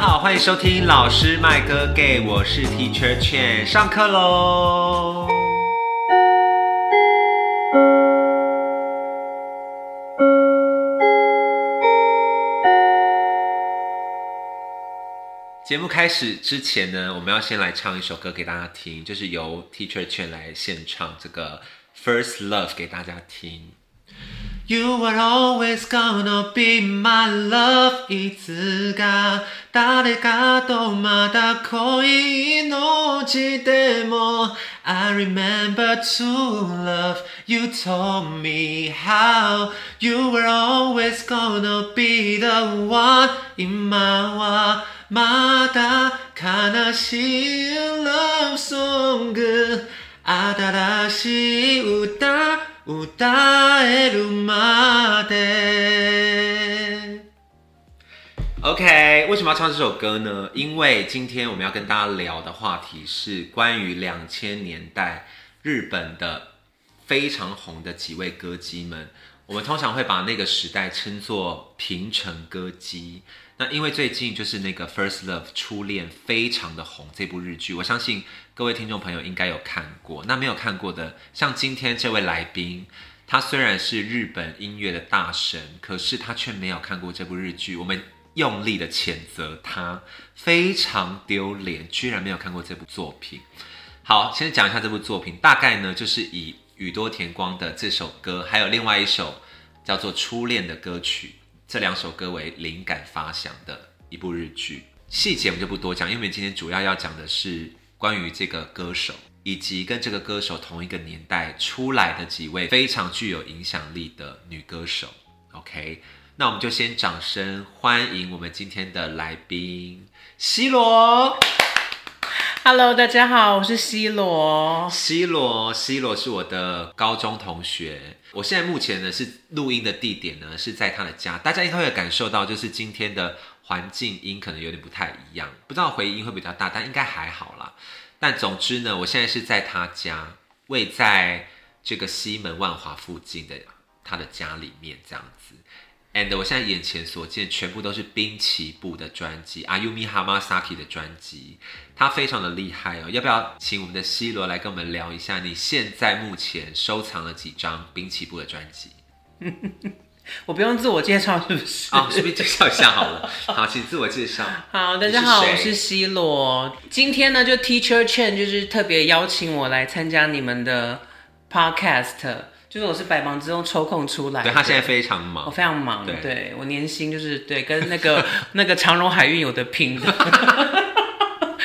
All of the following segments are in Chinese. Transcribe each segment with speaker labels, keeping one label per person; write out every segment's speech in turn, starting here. Speaker 1: 好，欢迎收听老师麦哥 Gay，我是 Teacher Chen，上课喽。节目开始之前呢，我们要先来唱一首歌给大家听，就是由 Teacher Chen 来献唱这个《First Love》给大家听。You are always gonna be my love いつか誰かとまた恋のうちでも I remember to love you told me how You were always gonna be the one 今はまた悲しい love song 新しい歌歌えるまで。OK，为什么要唱这首歌呢？因为今天我们要跟大家聊的话题是关于两千年代日本的非常红的几位歌姬们。我们通常会把那个时代称作平成歌姬。那因为最近就是那个《First Love》初恋非常的红，这部日剧，我相信各位听众朋友应该有看过。那没有看过的，像今天这位来宾，他虽然是日本音乐的大神，可是他却没有看过这部日剧。我们用力的谴责他，非常丢脸，居然没有看过这部作品。好，先讲一下这部作品，大概呢就是以宇多田光的这首歌，还有另外一首叫做《初恋》的歌曲。这两首歌为灵感发想的一部日剧，细节我们就不多讲，因为我们今天主要要讲的是关于这个歌手以及跟这个歌手同一个年代出来的几位非常具有影响力的女歌手。OK，那我们就先掌声欢迎我们今天的来宾西罗。
Speaker 2: Hello，大家好，我是 C 罗。
Speaker 1: 西罗，西罗是我的高中同学。我现在目前呢是录音的地点呢是在他的家，大家应该会感受到，就是今天的环境音可能有点不太一样，不知道回音会比较大，但应该还好啦。但总之呢，我现在是在他家，位在这个西门万华附近的他的家里面这样子。and 我现在眼前所见全部都是滨崎步的专辑，Ayumi Hamasaki 的专辑，他非常的厉害哦。要不要请我们的西罗来跟我们聊一下，你现在目前收藏了几张滨崎步的专辑？
Speaker 2: 我不用自我介绍是不是？
Speaker 1: 啊，顺便介绍一下好了。好，请自我介绍。
Speaker 2: 好，大家好，
Speaker 1: 你是
Speaker 2: 我
Speaker 1: 谁
Speaker 2: 是 C 罗。今天呢，就 Teacher Chen 就是特别邀请我来参加你们的 Podcast，就是我是百忙之中抽空出来的。
Speaker 1: 对他现在非常
Speaker 2: 我
Speaker 1: 忙，
Speaker 2: 非常忙，
Speaker 1: 对
Speaker 2: 对我年薪就是对跟那个 那个长荣海运有的 拼的。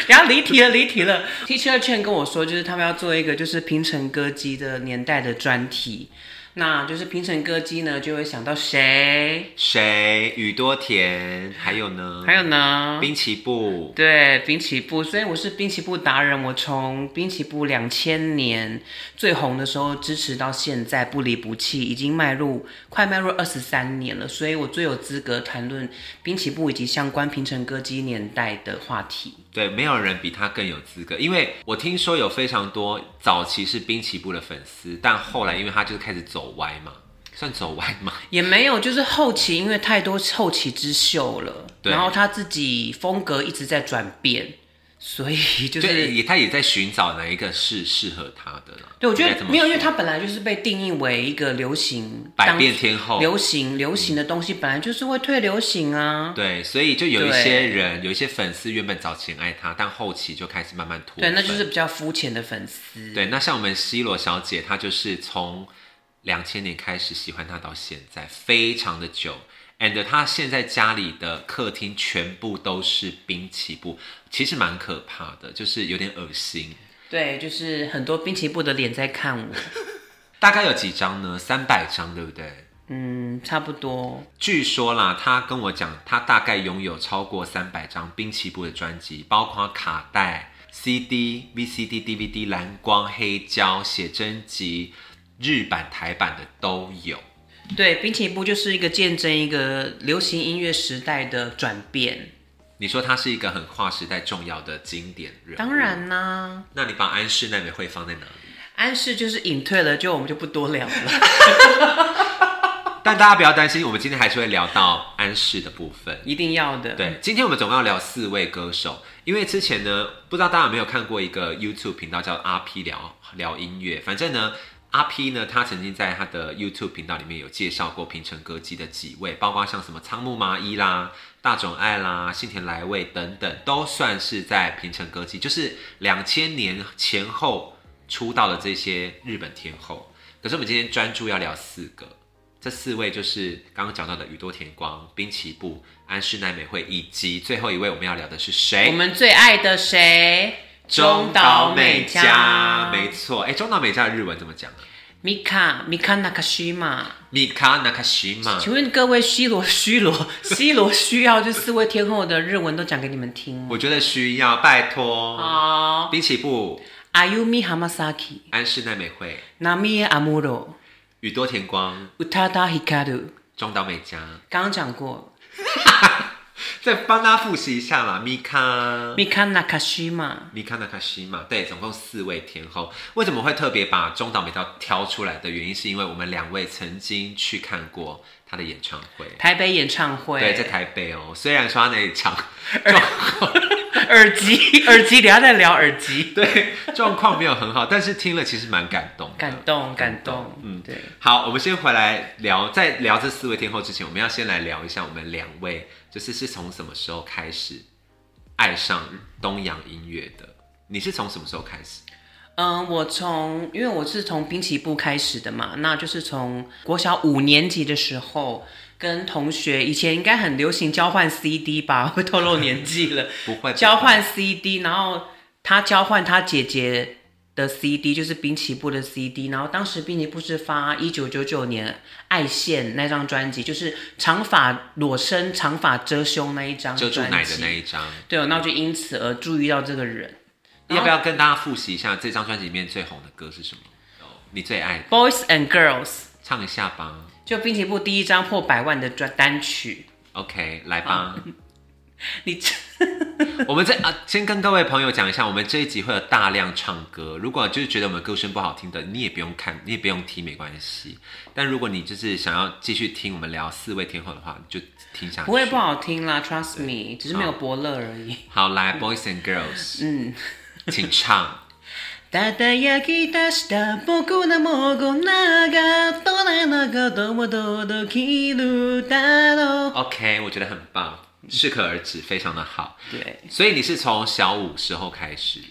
Speaker 2: 然后离题了，离题了。Teacher Chen 跟我说，就是他们要做一个就是平成歌姬的年代的专题，那就是平成歌姬呢就会想到谁？
Speaker 1: 谁？宇多田，还有呢？
Speaker 2: 还有呢？
Speaker 1: 滨崎步。
Speaker 2: 对，滨崎步，所以我是滨崎步达人。我从滨崎步两千年最红的时候支持到现在，不离不弃，已经迈入快迈入二十三年了，所以我最有资格谈论滨崎步以及相关平成歌姬年代的话题。
Speaker 1: 对，没有人比他更有资格，因为我听说有非常多早期是滨崎步的粉丝，但后来因为他就是开始走歪嘛，算走歪嘛，
Speaker 2: 也没有，就是后期因为太多后期之秀了，
Speaker 1: 对
Speaker 2: 然后他自己风格一直在转变，所以就
Speaker 1: 就是是也他也在寻找哪一个是适合他的啦。
Speaker 2: 对，我觉
Speaker 1: 应该这
Speaker 2: 得
Speaker 1: 么
Speaker 2: 没有，
Speaker 1: 说
Speaker 2: 因为它本来就是被定义为一个流行
Speaker 1: 百
Speaker 2: 当
Speaker 1: 变天后
Speaker 2: 流行流行的东西本来就是会退流行啊。
Speaker 1: 对，所以就有一
Speaker 2: 对
Speaker 1: 些人，有一些粉丝原本早期很爱他，但后期就开始慢慢脱
Speaker 2: 对，
Speaker 1: 粉。
Speaker 2: 那就是比较肤浅的粉丝。
Speaker 1: 对。那像我们 C 罗小姐，她就是从两千年开始喜欢他到现在，非常的久。and 她现在家里的客厅全部都是滨崎步，其实蛮可怕的，就是有点恶心。
Speaker 2: 对，就是很多滨崎步的脸在看我，
Speaker 1: 大概有几张呢？三百张，对不对？
Speaker 2: 嗯，差不多。
Speaker 1: 据说啦，他跟我讲，他大概拥有超过三百张滨崎步的专辑，包括卡带、CD、VCD、DVD、蓝光、黑胶、写真集、日版、台版的都有。
Speaker 2: 对，滨崎步就是一个见证一个流行音乐时代的转变。
Speaker 1: 你说他是一个很跨时代重要的经典人，
Speaker 2: 当。然啦、
Speaker 1: 那你把安室奈美惠放在哪里？
Speaker 2: 安室就是隐退 了，就我们就不多聊了。
Speaker 1: 但大家不要担心，我们今天还是会聊到安室的部分。
Speaker 2: 一定要的。，
Speaker 1: 对，今天我们总共要聊四位歌手，因为之前呢，不知道大家有没有看过一个 YouTube 频道叫阿 P 聊聊音乐，反正呢。阿 P 呢，他曾经在他的 YouTube 频道里面有介绍过平成歌姬的几位，包括像什么仓木麻衣啦、大冢爱啦、幸田来未等等，都算是在平成歌姬，就是两千年前后出道的这些日本天后。可是我们今天专注要聊四个，这四位就是刚刚讲到的宇多田光、滨崎步、安室奈美惠，以及最后一位我们要聊的是谁？
Speaker 2: 我们最爱的谁？
Speaker 1: 嘉，没错。哎，中岛美嘉的日文怎么讲啊
Speaker 2: ，Mika Mika Nakashima。
Speaker 1: ？Mika Nakashima。
Speaker 2: 请问各位西罗西罗西罗需要这四位天后的日文都讲给你们听吗？
Speaker 1: 我觉得需要，拜
Speaker 2: 哦
Speaker 1: 托。
Speaker 2: 好
Speaker 1: 滨崎步、
Speaker 2: ，Ayumi Hamasaki、
Speaker 1: 安室奈美惠、
Speaker 2: Nami Amuro、
Speaker 1: 宇多田光、
Speaker 2: Utada Hikaru，
Speaker 1: 中岛美嘉，
Speaker 2: 刚刚讲过
Speaker 1: 再帮大家复习一下啦。Mika。
Speaker 2: ，Mika Nakashima。
Speaker 1: Mika Nakashima，对，总共四位天后。为什么会特别把中岛美嘉挑出来的原因，是因为我们两位曾经去看过她的演唱会。
Speaker 2: 台北演唱会，
Speaker 1: 对，在台北哦。虽然说他那一场
Speaker 2: 耳机， 耳机，等一下再聊耳机。
Speaker 1: 对状况没有很好，但是听了其实蛮感动的。
Speaker 2: 感动，感动，嗯，对。
Speaker 1: 好，我们先回来聊，在聊这四位天后之前，我们要先来聊一下我们两位，就是是从什么时候开始爱上东洋音乐的？你是从什么时候开始？
Speaker 2: 嗯，我从因为我是从滨崎步开始的嘛，那就是从国小五年级的时候，跟同学以前应该很流行交换 CD 吧， 会透露年纪了。
Speaker 1: 不会
Speaker 2: 交换 CD，然后他交换他姐姐的 CD，就是滨崎步的 CD。然后当时滨崎步是发一九九九年《爱线》那张专辑，就是长发裸身、长发遮胸那一张
Speaker 1: 遮
Speaker 2: 专
Speaker 1: 住
Speaker 2: 辑。
Speaker 1: 奶的那一张，
Speaker 2: 对，那我就因此而注意到这个人。
Speaker 1: 要不要跟大家复习一下这张专辑里面最红的歌是什么？哦你最爱的
Speaker 2: Boys and Girls，
Speaker 1: 唱一下吧。
Speaker 2: 就滨崎步第一张破百万的专单曲，
Speaker 1: OK，来吧。
Speaker 2: 你这
Speaker 1: 我们这啊，先跟各位朋友讲一下，我们这一集会有大量唱歌。如果就是觉得我们歌声不好听的，你也不用看，你也不用听，没关系。但如果你就是想要继续听我们聊四位天后的话，你就听下去。
Speaker 2: 不会不好听啦，Trust me，只是没有伯乐而已。
Speaker 1: 好，来，boys and girls，嗯， 请唱。
Speaker 2: 輝き出した僕のもこながどれながどもどどきるだろう
Speaker 1: OK，我觉得很棒，适可而止，非常的好。
Speaker 2: 对，
Speaker 1: 所以你是从小五时候开始，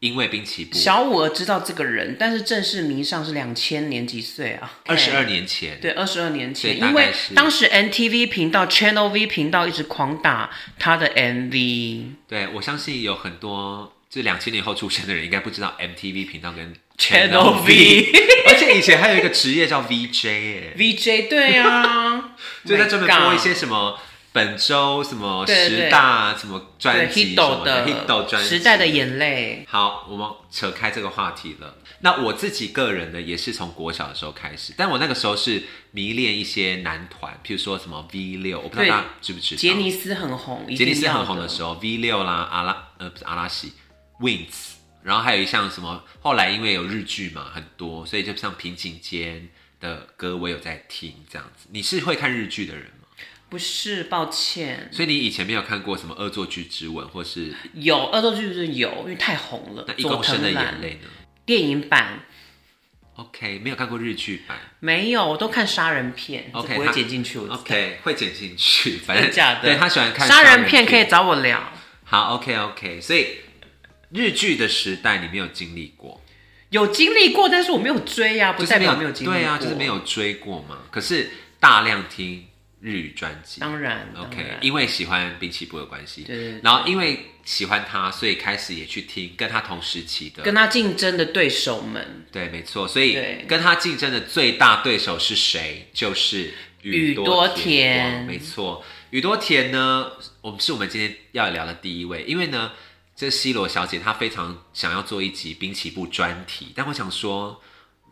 Speaker 1: 因为滨崎步，
Speaker 2: 小五儿知道这个人，但是正式迷上是两千年几岁啊？
Speaker 1: 二十二年前，
Speaker 2: 对，二十二年前，
Speaker 1: 对大
Speaker 2: 因
Speaker 1: 概
Speaker 2: 为
Speaker 1: 是
Speaker 2: 当时 NTV 频道、Channel V 频道一直狂打他 的 MV。
Speaker 1: 对，我相信有很多就两千年后出生的人，应该不知道 MTV 频道跟
Speaker 2: Channel V
Speaker 1: 而且以前还有一个职业叫 VJ，耶
Speaker 2: VJ 对啊，
Speaker 1: 就在专门
Speaker 2: My
Speaker 1: 播一
Speaker 2: God
Speaker 1: 些什么本周什么
Speaker 2: 对对
Speaker 1: 十大什么专
Speaker 2: 对
Speaker 1: 辑什么
Speaker 2: Hito
Speaker 1: 的
Speaker 2: 的
Speaker 1: Hit 专辑
Speaker 2: 时代的。眼泪，
Speaker 1: 好，我们扯开这个话题了。那我自己个人呢，也是从国小的时候开始，但我那个时候是迷恋一些男团，譬如说什么 V 六，我不知道大家知不知道。
Speaker 2: 杰尼斯很红，
Speaker 1: 杰尼斯很红的
Speaker 2: 的
Speaker 1: 时候，V 六啦，阿拉呃不是阿拉西，Wings，然后还有一项什么，后来因为有日剧嘛，很多，所以就像平井坚的歌我有在听这样子。你是会看日剧的人吗？
Speaker 2: 不是，抱歉。
Speaker 1: 所以你以前没有看过什么《恶作剧之吻》或是
Speaker 2: 有《恶作剧之吻》有，因为太红了
Speaker 1: 那。一
Speaker 2: 佐
Speaker 1: 公升
Speaker 2: 藤
Speaker 1: 的眼
Speaker 2: 蓝
Speaker 1: 泪呢
Speaker 2: 电影版
Speaker 1: ？OK，没有看过日剧版
Speaker 2: 没有，我都看杀人片这
Speaker 1: OK，
Speaker 2: 不
Speaker 1: 他
Speaker 2: 会剪进去。我知道
Speaker 1: ，OK 会剪进去，反
Speaker 2: 真
Speaker 1: 正
Speaker 2: 的假的？
Speaker 1: 对他喜欢看
Speaker 2: 杀人
Speaker 1: 片
Speaker 2: 片，可以找我聊。
Speaker 1: 好 OK OK，所以日剧的时代你没有经历过。
Speaker 2: 有经历过，但是我没有追呀、啊，不
Speaker 1: 就是
Speaker 2: 代
Speaker 1: 没
Speaker 2: 表
Speaker 1: 有
Speaker 2: 没有经历过。
Speaker 1: 对啊，就是没。有追过嘛。可是大量听日语专辑
Speaker 2: 当然当
Speaker 1: ，OK，
Speaker 2: 然
Speaker 1: 因为喜欢滨崎步的关系，
Speaker 2: 对对对
Speaker 1: 然后因为喜欢他，所以开始也去听跟他同时期的，
Speaker 2: 跟他竞争的对手们，
Speaker 1: 对，没错，所以
Speaker 2: 对
Speaker 1: 跟他竞争的最大对手是谁？就是宇
Speaker 2: 宇多
Speaker 1: 田光
Speaker 2: 田
Speaker 1: 没错。宇多田呢，我们是我们今天要聊的第一位，因为呢，这西罗小姐她非常想要做一集滨崎步专题，但我想说。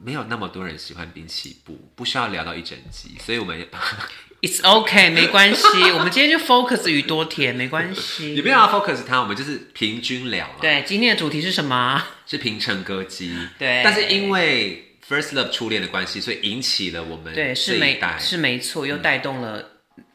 Speaker 1: 没有那么多人喜欢滨崎步，不需要聊到一整集，所以我们
Speaker 2: ，It's OK，没关系。我们今天就 focus 宇多田，没关
Speaker 1: 也
Speaker 2: 系。
Speaker 1: 不要 focus 他，我们就是平均聊啦。
Speaker 2: 对，今天的主题是什么啊？
Speaker 1: 是平成歌姬，
Speaker 2: 对
Speaker 1: 但是因为 first love 初恋的关系，所以引起了我们这
Speaker 2: 对，是
Speaker 1: 一
Speaker 2: 没
Speaker 1: 代嗯
Speaker 2: 是没错，又带动了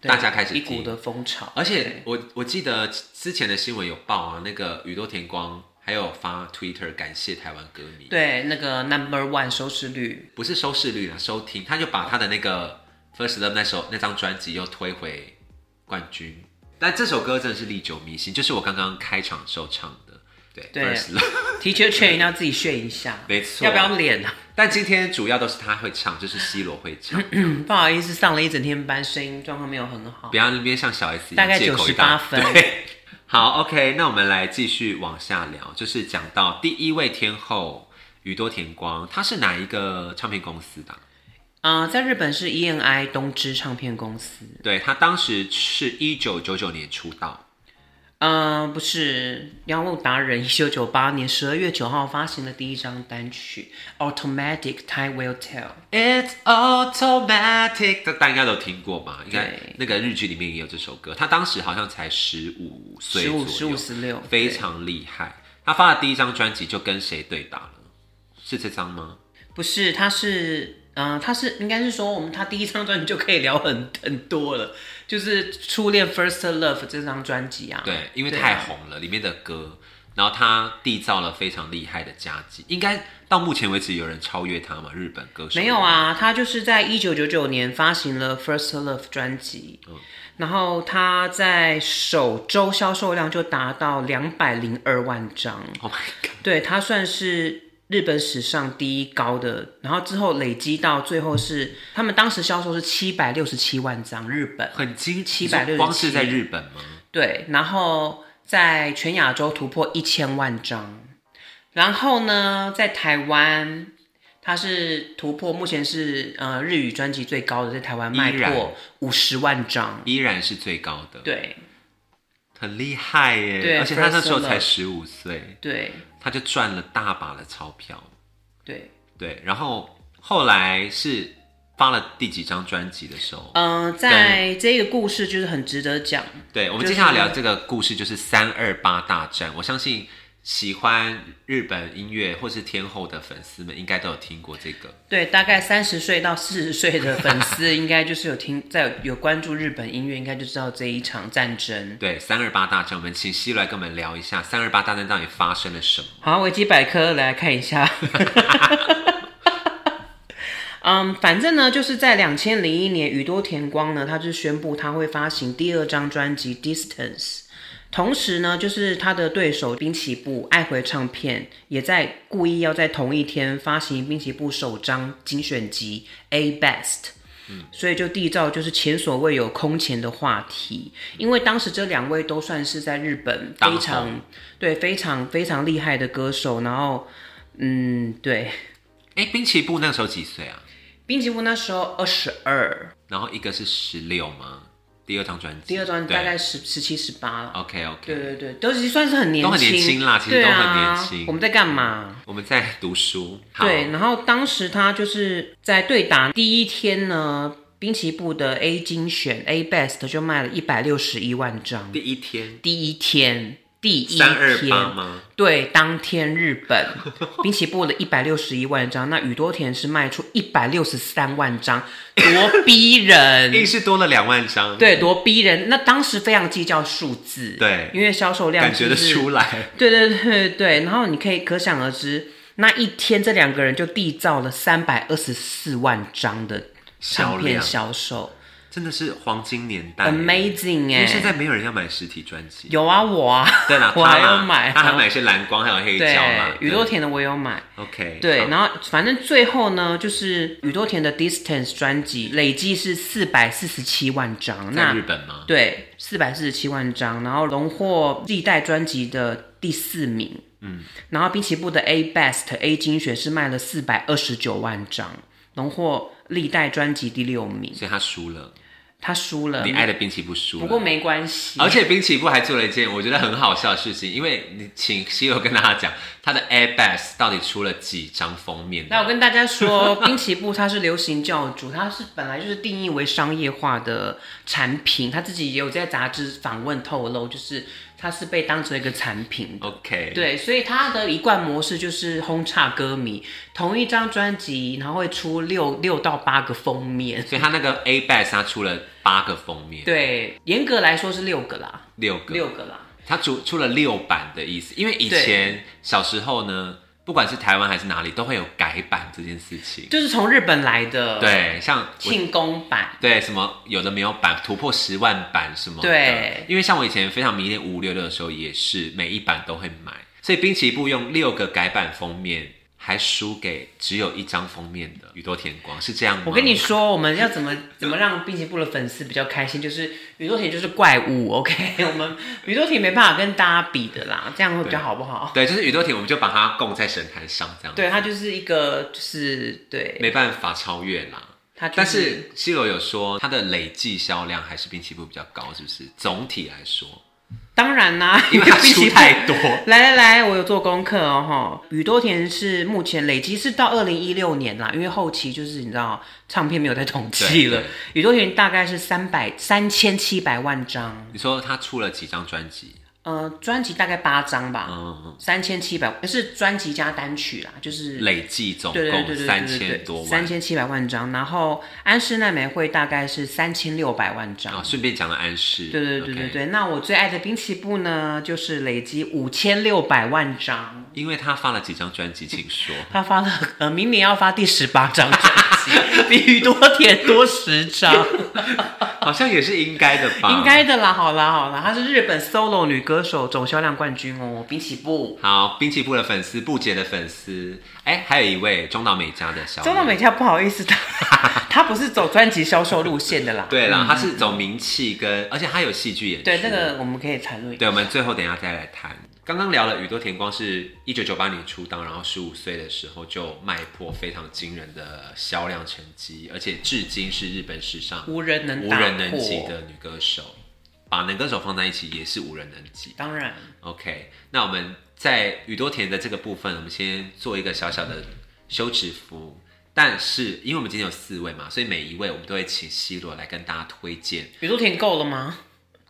Speaker 2: 对
Speaker 1: 大家开始
Speaker 2: 一股
Speaker 1: 听
Speaker 2: 的风潮，
Speaker 1: 而且
Speaker 2: 对
Speaker 1: 我我记得之前的新闻有报啊，那个宇多田光还有发 Twitter 感谢台湾歌迷，
Speaker 2: 对那个 number one 收视率，
Speaker 1: 不是收视率啊，收听，他就把他的那个 First Love 那首那张专辑又推回冠军。但这首歌真的是历久弥新，就是我刚刚开场的时候唱的，对
Speaker 2: 对
Speaker 1: First Love。
Speaker 2: 的确确定要自己炫一下，
Speaker 1: 没错
Speaker 2: 要不要脸啊？
Speaker 1: 但今天主要都是他会唱，就是 C 罗会唱，
Speaker 2: 嗯不好意思，上了一整天班，声音状况没有很好
Speaker 1: 不。要那边像小 S 一
Speaker 2: 大
Speaker 1: 样
Speaker 2: 概
Speaker 1: 借口一大
Speaker 2: 98分
Speaker 1: 对， 好，OK，那我们来继续往下聊，就是讲到第一位天后宇多田光，她是哪一个唱片公司的啊？
Speaker 2: 啊、在日本是 ENI 东芝唱片公司，
Speaker 1: 对，她当时是一九九九年出道，
Speaker 2: 嗯、不是，杨路达人一九九八年十二月九号发行的第一张单曲《Automatic Time Will Tell》。
Speaker 1: It's automatic，这大家应该都听过吧？应该
Speaker 2: 对
Speaker 1: 那个日剧里面也有这首歌。他当时好像才十五岁
Speaker 2: 十
Speaker 1: 左
Speaker 2: 五、
Speaker 1: 右，
Speaker 2: 十五、十六，
Speaker 1: 非常厉害。他发的第一张专辑就跟谁对打了？是这张吗？
Speaker 2: 对不是，他是，嗯、他是应该是说我们他第一张专辑就可以聊很很多了，就是《初恋 First Love》这张专辑啊。
Speaker 1: 对，因为
Speaker 2: 对啊
Speaker 1: 太红了，里面的歌，然后他缔造了非常厉害的佳绩。应该到目前为止有人超越他吗？日本歌手
Speaker 2: 没有？啊，他就是在一九九九年发行了《First Love》专辑，
Speaker 1: 嗯
Speaker 2: 然后他在首周销售量就达到两百零二万张，
Speaker 1: Oh my god！
Speaker 2: 对他算是日本史上第一高的。然后之后累积到最后是他们当时销售是七百六十七万张日本，
Speaker 1: 很惊奇，
Speaker 2: 767
Speaker 1: 你说光是在日本吗？
Speaker 2: 对，然后在全亚洲突破一千万张，然后呢，在台湾。它是突破，目前是呃日语专辑最高的，在台湾卖
Speaker 1: 依然
Speaker 2: 破五十万张。
Speaker 1: 依然是最高的，
Speaker 2: 对
Speaker 1: 很厉害耶！
Speaker 2: 对
Speaker 1: 而且他那时候
Speaker 2: First
Speaker 1: 才
Speaker 2: Love
Speaker 1: 十五岁，
Speaker 2: 对
Speaker 1: 他就赚了大把的钞票。
Speaker 2: 对，
Speaker 1: 对，然后后来是发了第几张专辑的时候，
Speaker 2: 嗯、在这个故事就是很值得讲。
Speaker 1: 对我们
Speaker 2: 就是
Speaker 1: 接下来聊这个故事就是三二八大战。我相信喜欢日本音乐或是天后的粉丝们应该都有听过这个。
Speaker 2: 对，大概三十岁到四十岁的粉丝，应该就是有听在有关注日本音乐，应该就知道这一场战争。
Speaker 1: 对，三二八大战，我们请西来跟我们聊一下三二八大战到底发生了什么。
Speaker 2: 好，维基百科来看一下。嗯，反正呢，就是在两千零一年，宇多田光呢，他就宣布他会发行第二张专辑《Distance》，同时呢，就是他的对手滨崎步爱回唱片也在故意要在同一天发行滨崎步首张精选集《A Best》。所以就缔造就是前所未有空前的话题，因为当时这两位都算是在日本
Speaker 1: 当
Speaker 2: 非
Speaker 1: 红
Speaker 2: 常对非常非常厉害的歌手，然后嗯，对，
Speaker 1: 哎，滨崎步那时候几岁啊？
Speaker 2: 滨崎步那时候二十二，
Speaker 1: 然后一个是十六吗？第二张专辑，
Speaker 2: 第二张
Speaker 1: 对
Speaker 2: 大概十十七十八了。
Speaker 1: OK OK，
Speaker 2: 对对对，都是算是很年
Speaker 1: 都
Speaker 2: 轻，
Speaker 1: 很年轻啦其实都很年轻
Speaker 2: 对啊、我们在干嘛？
Speaker 1: 我们在读书。好
Speaker 2: 对，然后当时他就是在对打第一天呢，滨崎步的 A 精选 A Best 就卖了一百六十一万张，
Speaker 1: 第一天
Speaker 2: 第一天，第一
Speaker 1: 三二
Speaker 2: 天，
Speaker 1: 八吗？
Speaker 2: 对，当天日本 滨崎步的一百六十一万张，那宇多田是卖出一百六十三万张，多逼
Speaker 1: 硬
Speaker 2: 人！
Speaker 1: 是多了两万张，
Speaker 2: 对，多逼人！那当时非常计较数字，
Speaker 1: 对
Speaker 2: 因为销售量
Speaker 1: 感觉得
Speaker 2: 就是
Speaker 1: 出来。
Speaker 2: 对对对对，然后你可以可想而知，那一天这两个人就缔造了三百二十四万张的
Speaker 1: 销
Speaker 2: 唱片
Speaker 1: 量
Speaker 2: 销售
Speaker 1: 真的是黄金年代
Speaker 2: ，amazing
Speaker 1: 因
Speaker 2: 哎、
Speaker 1: 为现在没有人要买实体专辑。
Speaker 2: 有啊，我啊，
Speaker 1: 对啦，
Speaker 2: 我
Speaker 1: 他
Speaker 2: 还有
Speaker 1: 啦
Speaker 2: 买、啊，
Speaker 1: 他还买一些蓝光，还有黑胶
Speaker 2: 对
Speaker 1: 啦，。
Speaker 2: 宇多田的我有买，
Speaker 1: 对 OK，
Speaker 2: 对，
Speaker 1: 好
Speaker 2: 然后反正最后呢，就是宇多田的 Distance 专辑累计是四百四十七万张，
Speaker 1: 在
Speaker 2: 那
Speaker 1: 日本吗？
Speaker 2: 对，四百四十七万张，然后荣获历代专辑的第四名。嗯，然后滨崎步的 A Best A 精选是卖了四百二十九万张，荣获历代专辑第六名。
Speaker 1: 所以他输了，
Speaker 2: 他输了
Speaker 1: 你，爱的滨崎步输了。
Speaker 2: 嗯不过没关系。
Speaker 1: 而且滨崎步还做了一件我觉得很好笑的事情，因为你请西友跟大家讲，他的 Air Bags 到底出了几张封面？
Speaker 2: 那我跟大家说，滨崎步他是流行教主，他是本来就是定义为商业化的产品，他自己也有在杂志访问透露，就是它是被当成一个产品的。
Speaker 1: OK，，
Speaker 2: 对，所以他的一贯模式就是轰炸歌迷，同一张专辑，然后会出六六到八个封面。
Speaker 1: 所以他那个 A b a s 他出了八个封面，
Speaker 2: 对，严格来说是六个啦，
Speaker 1: 六个，
Speaker 2: 六个啦。
Speaker 1: 他出出了六版的意思，因为以前小时候呢，不管是台湾还是哪里，都会有改版这件事情。
Speaker 2: 就是从日本来的，，
Speaker 1: 对，像我
Speaker 2: 庆功版，
Speaker 1: 对什么有的没有版突破十万版什么的，
Speaker 2: 对
Speaker 1: 因为像我以前非常迷恋五五六六的时候，也是每一版都会买，所以滨崎步用六个改版封面，还输给只有一张封面的宇多田光，是这样吗？
Speaker 2: 我跟你说，我们要怎么怎么让滨崎步的粉丝比较开心，就是宇多田就是怪物，OK，我 们宇多田没办法跟大家比的啦，这样会比较好不好？
Speaker 1: 对，就是宇多田，我们就把它供在神坛上这样，
Speaker 2: 对，他就是一个就是对，
Speaker 1: 没办法超越啦。
Speaker 2: 他、就是、
Speaker 1: 但
Speaker 2: 嗯
Speaker 1: 是西罗有说，它的累计销量还是滨崎步比较高，是不是？总体来 说，
Speaker 2: 当然啦、
Speaker 1: 因为 它
Speaker 2: 滨
Speaker 1: 出
Speaker 2: 崎步
Speaker 1: 太多，
Speaker 2: 来来来，我有做功课哦哈。宇多田是目前累积是到二零一六年啦，因为后期就是你知道唱片没有在统计
Speaker 1: 对
Speaker 2: 了
Speaker 1: 对。
Speaker 2: 宇多田大概是三百三千七百万张，
Speaker 1: 你说他出了几张专辑？
Speaker 2: 呃，专辑大概八张吧，
Speaker 1: 嗯，
Speaker 2: 三千七百就是专辑加单曲啦，就是
Speaker 1: 累计总
Speaker 2: 对对对
Speaker 1: 共
Speaker 2: 对
Speaker 1: 三
Speaker 2: 对对
Speaker 1: 千
Speaker 2: 对
Speaker 1: 多
Speaker 2: 对，
Speaker 1: 万
Speaker 2: 三。千七百万张。然后安室奈美惠大概是三千六百万张。
Speaker 1: 啊，顺便讲了安室，
Speaker 2: 对对对对
Speaker 1: OK
Speaker 2: 对那我最爱的滨崎步呢，就是累积五千六百万张。
Speaker 1: 因为他发了几张专辑，请说。
Speaker 2: 他发了，呃，明年要发第十八张专辑，比宇多田多十 张，
Speaker 1: 好像也是应该的吧？
Speaker 2: 应该的啦，好啦好啦，她是日本 solo 女歌手总销量冠军哦，滨崎步。
Speaker 1: 好，滨崎步的粉丝，布姐的粉丝，哎，还有一位中岛美嘉的小
Speaker 2: 中岛
Speaker 1: 美，
Speaker 2: 美嘉不好意思， 她她不是走专辑销售路线的啦。
Speaker 1: 对啦，他是走名气跟，而且他有戏剧演出。
Speaker 2: 嗯对，那个我们可以谈论一下。
Speaker 1: 对，我们最后等一下再来谈。刚刚聊了宇多田光是一九九八年出道，然后十五岁的时候就卖破非常惊人的销量成绩，而且至今是日本史上
Speaker 2: 无人能
Speaker 1: 无
Speaker 2: 打破
Speaker 1: 人能及的女歌手。把男歌手放在一起也是无人能及。
Speaker 2: 当然，
Speaker 1: OK，那我们在宇多田的这个部分，我们先做一个小小的休止符。但是因为我们今天有四位嘛，所以每一位我们都会请 C 罗来跟大家推荐。
Speaker 2: 宇多田够了吗？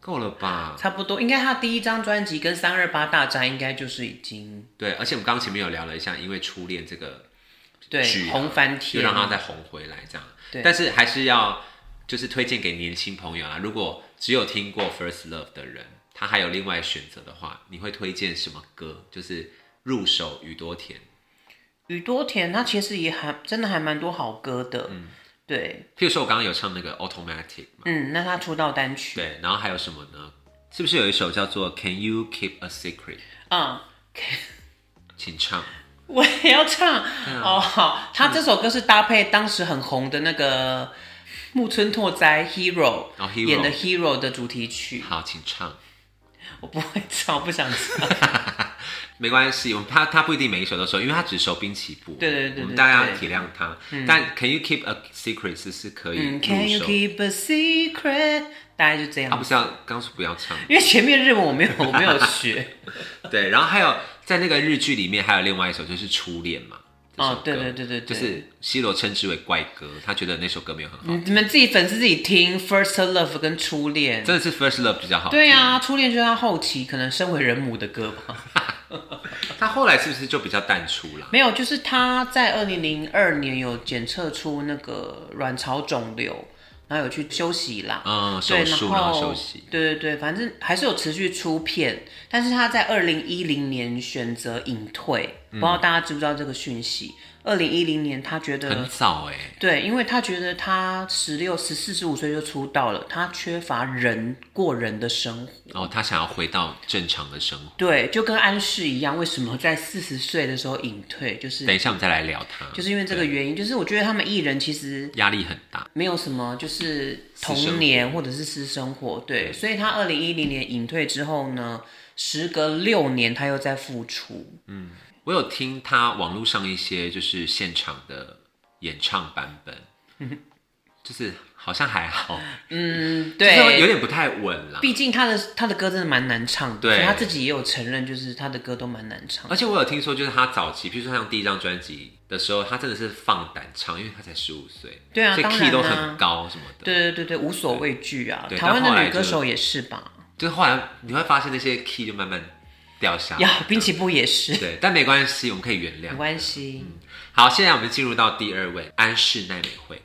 Speaker 1: 够了吧？
Speaker 2: 差不多，应该她第一张专辑跟三二八大战应该就是已经
Speaker 1: 对，而且我们刚刚前面有聊了一下，因为初恋这个
Speaker 2: 对
Speaker 1: 剧啊
Speaker 2: 红翻
Speaker 1: 就
Speaker 2: 天，
Speaker 1: 让它再红回来这样。
Speaker 2: 对
Speaker 1: 但是还是要就是推荐给年轻朋友啊，如果只有听过 First Love 的人，他还有另外选择的话，你会推荐什么歌？就是入手宇多田，
Speaker 2: 宇多田他其实也还真的还蛮多好歌的，对，
Speaker 1: 譬如说我刚刚有唱那个 Automatic 嘛，
Speaker 2: 嗯，那他出道单曲，
Speaker 1: 对，然后还有什么呢？是不是有一首叫做 Can You Keep a Secret？
Speaker 2: 嗯，
Speaker 1: 请唱。
Speaker 2: 我也要唱、
Speaker 1: 嗯
Speaker 2: 哦，好，他这首歌是搭配当时很红的那个木村拓哉 Hero,、
Speaker 1: 哦，Hero
Speaker 2: 演的 Hero 的主题曲，
Speaker 1: 好，请唱。
Speaker 2: 我不会唱，不 想唱，
Speaker 1: 没关系，我们他他不一定每一首都熟，因为他只熟滨崎步。
Speaker 2: 对对对对
Speaker 1: 我们大家要体谅他。但 Can you keep a secret 是是可以
Speaker 2: 嗯
Speaker 1: 入手。
Speaker 2: ，Can you keep a secret？大概就这样，
Speaker 1: 他不是要刚刚说不要唱。
Speaker 2: 因为前面日文我没有我没有学，
Speaker 1: 对，然后还有在那个日剧里面还有另外一首就是《初恋》嘛。这首
Speaker 2: 哦对
Speaker 1: 歌
Speaker 2: 对对对对
Speaker 1: 就是西罗称之为怪歌，他觉得那首歌没有很好，
Speaker 2: 你们自己粉丝自己听 First Love 跟初恋。
Speaker 1: 真的是 First Love 比较好。
Speaker 2: 对呀、初恋就是他后期可能身为人母的歌吧。
Speaker 1: 他后来是不是就比较淡出了？
Speaker 2: 没有，就是他在二零零二年有检测出那个卵巢肿瘤，然后有去休息啦。
Speaker 1: 嗯，手
Speaker 2: 对，然
Speaker 1: 术然后休息。
Speaker 2: 对对对，反正还是有持续出片，但是他在二零一零年选择隐退，
Speaker 1: 嗯
Speaker 2: 不知道大家知不知道这个讯息？二零一零年他觉
Speaker 1: 很
Speaker 2: 得，
Speaker 1: 早哎、
Speaker 2: 对，因为他觉得他十六、十四、十五岁就出道了，他缺乏人过人的生活。
Speaker 1: 然后哦他想要回到正常的生活。
Speaker 2: 对，就跟安室一样，为什么在四十岁的时候隐退？就是
Speaker 1: 等一下我们再来聊他，
Speaker 2: 就是因为这个原因，就是我觉得他们艺人其实
Speaker 1: 压力很大。
Speaker 2: 没有什么就是
Speaker 1: 私生活
Speaker 2: 童年或者是私生活，对，所以他二零一零年隐退之后呢，时隔六年他又再复出，
Speaker 1: 我有听他网络上一些就是现场的演唱版本， 就是好像还好，
Speaker 2: 嗯，
Speaker 1: 就是有
Speaker 2: 对，
Speaker 1: 点不太稳啦。
Speaker 2: 毕竟他的他的歌真的蛮难唱的，
Speaker 1: 对
Speaker 2: 所以他自己也有承认，就是他的歌都蛮难唱
Speaker 1: 而。且我有听说，就是他早期，比如说像第一张专辑的时候，他真的是放胆唱，因为他才十五岁，
Speaker 2: 对啊
Speaker 1: 所以
Speaker 2: 当
Speaker 1: key
Speaker 2: 然
Speaker 1: 都
Speaker 2: 啊
Speaker 1: 很高什么的。
Speaker 2: 对对对对，无所畏惧啊，
Speaker 1: 对
Speaker 2: 台湾
Speaker 1: 但后
Speaker 2: 的
Speaker 1: 来
Speaker 2: 女歌
Speaker 1: 就是
Speaker 2: 手也是吧？
Speaker 1: 就后来你会发现那些 key 就慢慢掉下来。
Speaker 2: 呀，滨崎步也是，
Speaker 1: 对，但没关系，我们可以原
Speaker 2: 没
Speaker 1: 谅。
Speaker 2: 关系，
Speaker 1: 好，现在我们进入到第二位安室奈美惠。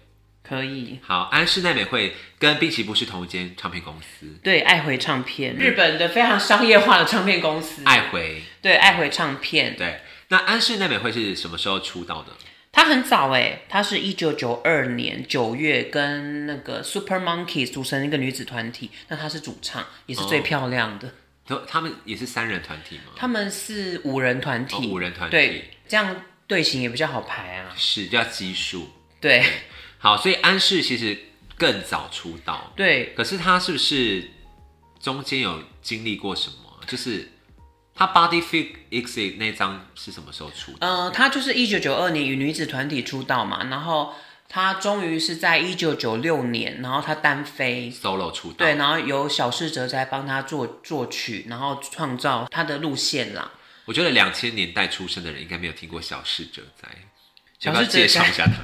Speaker 2: 可以。
Speaker 1: 好，安室奈美惠跟滨崎步是同一间唱片公司，
Speaker 2: 对，爱回唱片，日本的非常商业化的唱片公司。
Speaker 1: 爱回。
Speaker 2: 对，爱回唱片，
Speaker 1: 对，那安室奈美惠是什么时候出道的？
Speaker 2: 它很早哎，它是一九九二年九月跟那个 Super Monkeys 组成一个女子团体，那她是主唱，也是最漂亮的。
Speaker 1: 都他们也是三人团体吗？
Speaker 2: 他们是五人团体，
Speaker 1: 哦五人团体嗯
Speaker 2: 对，这样队形也比较好排啊。
Speaker 1: 是叫基数。
Speaker 2: 对
Speaker 1: 好，所以安室其实更早出道，
Speaker 2: 对，
Speaker 1: 可是他是不是中间有经历过什么？就是他 Body Fit Exit 那张是什么时候出的？
Speaker 2: 呃，她就是一九九二年与女子团体出道嘛，然后她终于是在一九九六年，然后她单飞，
Speaker 1: solo 出道，
Speaker 2: 呃对，然后由小室哲哉帮她作作曲，然后创造她的路线啦。
Speaker 1: 我觉得两千年代出生的人应该没有听过小室哲哉，
Speaker 2: 小
Speaker 1: 要
Speaker 2: 室
Speaker 1: 不要介
Speaker 2: 哲哉
Speaker 1: 绍一下他？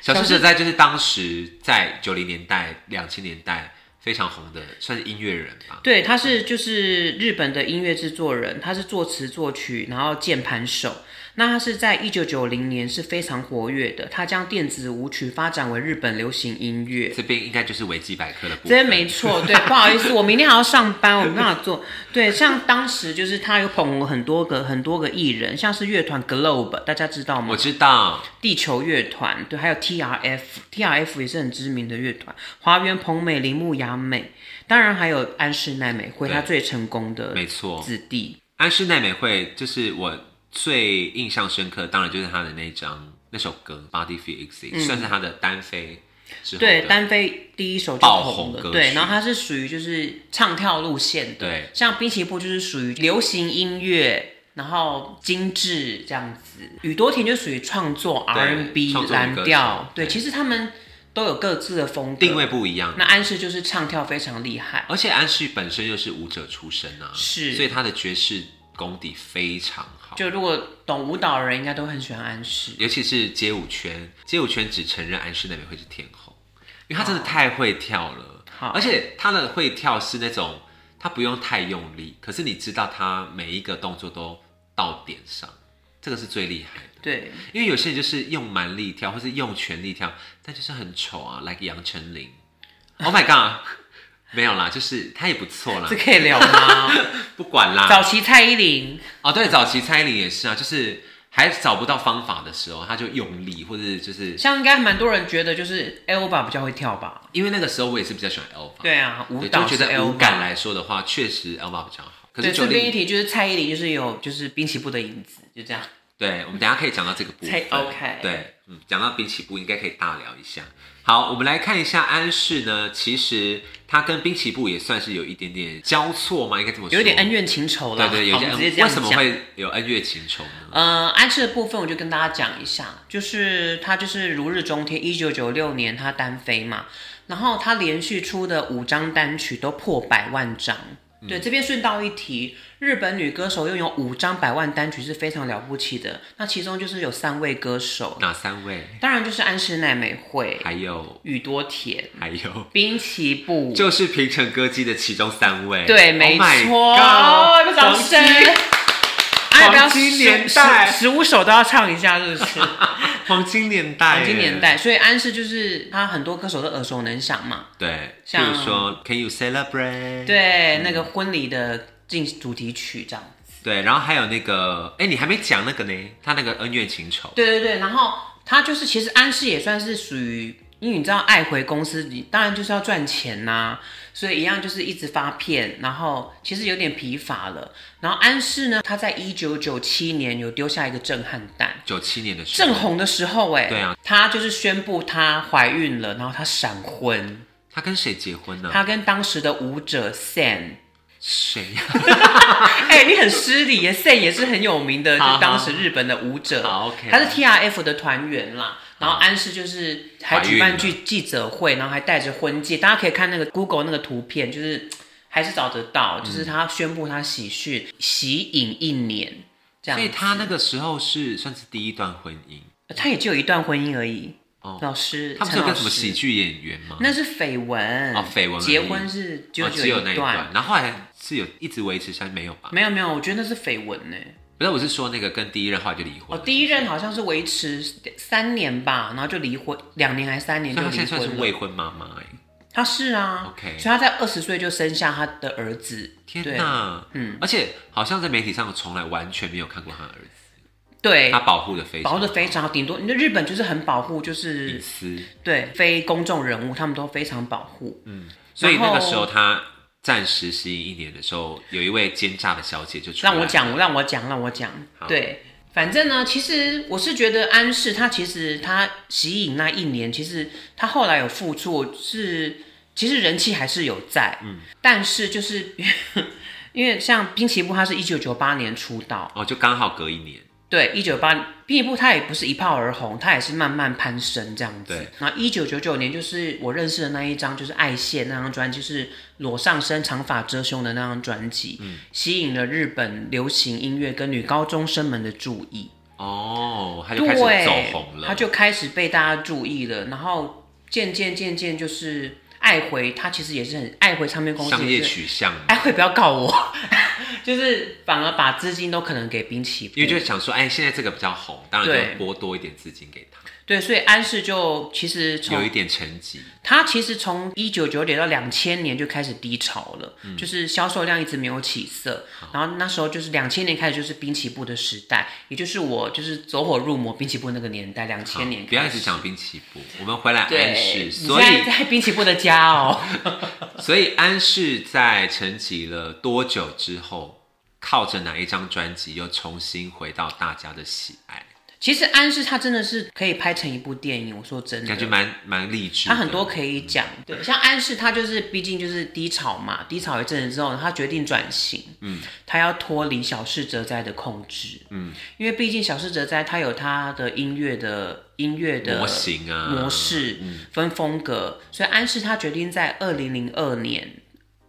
Speaker 1: 小室哲哉就是当时在九零年代、两千年代非常红的，算是音乐人吧。
Speaker 2: 对，他是就是日本的音乐制作人，他是作词作曲，然后键盘手。那他是在一九九零年是非常活跃的，他将电子舞曲发展为日本流行音乐。
Speaker 1: 这边应该就是维基百科的部分，
Speaker 2: 真没错，对，不好意思，我明天还要上班，我没办法做。对，像当时就是他有捧红很多个很多个艺人，像是乐团 Globe，大家知道吗
Speaker 1: 我？知道，
Speaker 2: 地球乐团，对，还有 TRF，TRF 也是很知名的乐团，华原朋美、铃木雅美，当然还有安室奈美惠，
Speaker 1: 对
Speaker 2: 她最成功的
Speaker 1: 没错。
Speaker 2: 子弟。
Speaker 1: 安室奈美惠就是我最印象深刻，当然就是她的那一张那首歌《Body Fit Exit》，算是她的单飞之后的
Speaker 2: 嗯对，单飞第一首就
Speaker 1: 爆
Speaker 2: 红
Speaker 1: 红
Speaker 2: 了。
Speaker 1: 歌
Speaker 2: 对，
Speaker 1: 曲
Speaker 2: 然后她是属于就是唱跳路线的，
Speaker 1: 对
Speaker 2: 像滨崎步就是属于流行音乐，然后精致这样子。宇多田就属于创作
Speaker 1: 对
Speaker 2: R&B
Speaker 1: 创作女歌
Speaker 2: 蓝调
Speaker 1: 手，
Speaker 2: 对，
Speaker 1: 对
Speaker 2: 其实他们都有各自的风格。
Speaker 1: 定位不一样。
Speaker 2: 那安室就是唱跳非常厉害，
Speaker 1: 而且安室本身又是舞者出身啊，
Speaker 2: 是
Speaker 1: 所以她的爵士功底非常好。
Speaker 2: 就如果懂舞蹈的人应该都很喜欢安室。
Speaker 1: 尤其是街舞圈，街舞圈只承认安室奈美惠是天后，因为她真的太会跳了，
Speaker 2: 好
Speaker 1: 而且她的会跳是那种她不用太用力，可是你知道她每一个动作都到点上，这个是最厉害的。
Speaker 2: 对，
Speaker 1: 因为有些人就是用蛮力跳，或是用全力跳，但就是很丑啊，like 杨丞琳，Oh my god，没有啦，就是她也不错啦
Speaker 2: 这，可以聊吗？
Speaker 1: 不管啦，
Speaker 2: 早期蔡依林，
Speaker 1: 哦，对，早期蔡依林也是啊，就是还找不到方法的时候，她就用力，或者是就是
Speaker 2: 像应该蛮多人觉得就是 Elva 比较会跳吧？
Speaker 1: 因为那个时候我也是比较喜欢 Elva，
Speaker 2: 对啊，舞
Speaker 1: 对，
Speaker 2: 蹈
Speaker 1: 就是觉得舞
Speaker 2: Elva
Speaker 1: 感来说的话，确实 Elva 比较好。可
Speaker 2: 对，
Speaker 1: 是九
Speaker 2: 顺便一
Speaker 1: 零，
Speaker 2: 提，就是蔡依林就是有就是滨崎步的影子，就这样。
Speaker 1: 对，我们等一下可以讲到这个部分
Speaker 2: 才。OK
Speaker 1: 对，嗯，讲到滨崎步应该可以大聊一下。好，我们来看一下安室呢，其实他跟滨崎步也算是有一点点交错嘛，应该这么说，
Speaker 2: 有一点恩怨情仇
Speaker 1: 对
Speaker 2: 啦。
Speaker 1: 对，有
Speaker 2: 好
Speaker 1: 一些恩
Speaker 2: 我们直接这样
Speaker 1: 为什么
Speaker 2: 讲？
Speaker 1: 会有恩怨情仇呢？
Speaker 2: 呃，安室的部分我就跟大家讲一下，就是他就是如日中天，一九九六年他单飞嘛，然后他连续出的五张单曲都破百万张。
Speaker 1: 嗯
Speaker 2: 对，这边顺道一提，日本女歌手拥有五张百万单曲是非常了不起的。那其中就是有三位歌手，
Speaker 1: 哪三位？
Speaker 2: 当然就是安室奈美惠、
Speaker 1: 还有
Speaker 2: 宇多田、
Speaker 1: 还有。
Speaker 2: 滨崎步，
Speaker 1: 就是平成歌姬的其中三位，
Speaker 2: 对，
Speaker 1: Oh
Speaker 2: 没
Speaker 1: my
Speaker 2: 错，
Speaker 1: God，
Speaker 2: 要掌声
Speaker 1: 黄金。
Speaker 2: 哎，不要
Speaker 1: 黄金
Speaker 2: 十
Speaker 1: 年代
Speaker 2: 十十五首都要唱一下，是不 是？
Speaker 1: 黄金年代，
Speaker 2: 黄金年，代，所以安室就是他很多歌手都耳熟能详嘛。
Speaker 1: 对，譬
Speaker 2: 像
Speaker 1: 如说 Can you celebrate？嗯
Speaker 2: 对，那个婚礼的进主题曲这样。
Speaker 1: 对，然后还有那个，哎，你还没讲那个呢，他那个恩怨情仇，
Speaker 2: 对对对，然后他就是其实安室也算是属于，因为你知道爱回公司，你当然就是要赚钱呐、所以一样就是一直发片，然后其实有点疲乏了。然后安室呢，他在一九九七年有丢下一个震撼弹。
Speaker 1: 九七年的时
Speaker 2: 正
Speaker 1: 候，
Speaker 2: 红的时候、哎，
Speaker 1: 对啊，
Speaker 2: 她就是宣布她怀孕了，然后她闪婚，
Speaker 1: 他跟谁结婚呢？
Speaker 2: 她跟当时的舞者 Sam，
Speaker 1: 谁呀？
Speaker 2: 哎、你很失礼耶，Sam 也是很有名的，就
Speaker 1: 好好
Speaker 2: 是当时日本的舞者，
Speaker 1: 好，OK
Speaker 2: 她是 TRF 的团员啦。然后安室就是还举办记记者会，然后还带着婚戒，大家可以看那个 Google 那个图片，就是还是找得
Speaker 1: 嗯
Speaker 2: 到，就是她宣布她喜讯喜隐一年这样
Speaker 1: 所
Speaker 2: 子，呃
Speaker 1: 以他那个时候是算是第一段婚姻，
Speaker 2: 她也只有一段婚姻而已，
Speaker 1: 哦
Speaker 2: 老师，
Speaker 1: 他们是有
Speaker 2: 陈老
Speaker 1: 跟
Speaker 2: 师
Speaker 1: 什么喜剧演员吗？
Speaker 2: 那是绯闻
Speaker 1: 哦绯闻而已
Speaker 2: 结婚是
Speaker 1: 哦
Speaker 2: 就
Speaker 1: 只有那
Speaker 2: 一
Speaker 1: 一段，然后后来是有一直维持下去没有吧？
Speaker 2: 没有没有，我觉得那是绯闻呢。
Speaker 1: 不是，我是说那个跟第一任后来就离
Speaker 2: 哦，
Speaker 1: 婚，
Speaker 2: 第一任好像是维持三年吧，然后就离婚，两年还是三年
Speaker 1: 所以
Speaker 2: 就
Speaker 1: 她
Speaker 2: 离
Speaker 1: 哦现在算是
Speaker 2: 婚了。
Speaker 1: 未婚妈妈哎，
Speaker 2: 他是啊
Speaker 1: OK
Speaker 2: 所以他在二十岁就生下他的儿子。
Speaker 1: 天
Speaker 2: 对
Speaker 1: 哪，嗯，而且好像在媒体上我从来完全没有看过她的儿子，
Speaker 2: 对
Speaker 1: 她，保护的非常
Speaker 2: 哎保护的非
Speaker 1: 好
Speaker 2: 常好，顶多你日本就是很保护，就是
Speaker 1: 隐私，
Speaker 2: 对非公众人物他们都非常保护。
Speaker 1: 所以那个
Speaker 2: 然后
Speaker 1: 时候她暂时失忆一年的时候，有一位奸诈的小姐就出来
Speaker 2: 让我讲，让我讲，让我讲。
Speaker 1: 好
Speaker 2: 对，反正呢，其实我是觉得安室他其实他息影那一年，其实他后来有复出，是其实人气还是有在，嗯，但是就是 因为像滨崎步，他是一九九八年出道，
Speaker 1: 哦，就刚好隔一年，
Speaker 2: 对，一九八滨崎步他也不是一炮而红，他也是慢慢攀升这样子。
Speaker 1: 对，
Speaker 2: 然后一九九九年就是我认识的那一张，就是《爱线》那张专辑，就是裸上身、长发遮胸的那张专辑，
Speaker 1: 嗯
Speaker 2: 吸引了日本流行音乐跟女高中生们的注意。
Speaker 1: 哦，她就开始
Speaker 2: 对
Speaker 1: 走红，了，
Speaker 2: 他就开始被大家注意了，然后渐渐渐渐就是爱回，他其实也是很爱回唱片公司
Speaker 1: 商业
Speaker 2: 也是，哎
Speaker 1: 取向，
Speaker 2: 爱回不要告我， 就是反而把资金都可能给滨崎步，
Speaker 1: 因为就想说，哎，现在这个比较红，当然
Speaker 2: 对
Speaker 1: 就拨多一点资金给她，
Speaker 2: 对，所以安室就其实
Speaker 1: 有一
Speaker 2: 从
Speaker 1: 点成绩，
Speaker 2: 他其实从一九九年到两千年就开始低潮了，
Speaker 1: 嗯
Speaker 2: 就是销售量一直没有起色。然后那时候就是两千年开始就是滨崎步的时代，也就是我就是走火入魔滨崎步那个年代，两
Speaker 1: 好
Speaker 2: 千年
Speaker 1: 不要一
Speaker 2: 开
Speaker 1: 直
Speaker 2: 始
Speaker 1: 讲滨崎步，我们回来
Speaker 2: 对
Speaker 1: 安，室，
Speaker 2: 你
Speaker 1: 所
Speaker 2: 现在
Speaker 1: 以
Speaker 2: 在滨崎步的家哦，
Speaker 1: 所以安室在沉寂了多久之后，靠着哪一张专辑又重新回到大家的喜爱？
Speaker 2: 其实安室他真的是可以拍成一部电影，我说真的，
Speaker 1: 感觉蛮蛮励志的，
Speaker 2: 他很多可以讲，对，像安室，他就是毕竟就是低潮嘛，低潮一阵子之后，他决定转型，嗯，他要脱离小室哲哉的控制，嗯，因为毕竟小室哲哉他有他的音乐的音乐的
Speaker 1: 模型啊
Speaker 2: 模式分风格，所以安室他决定在二零零二年，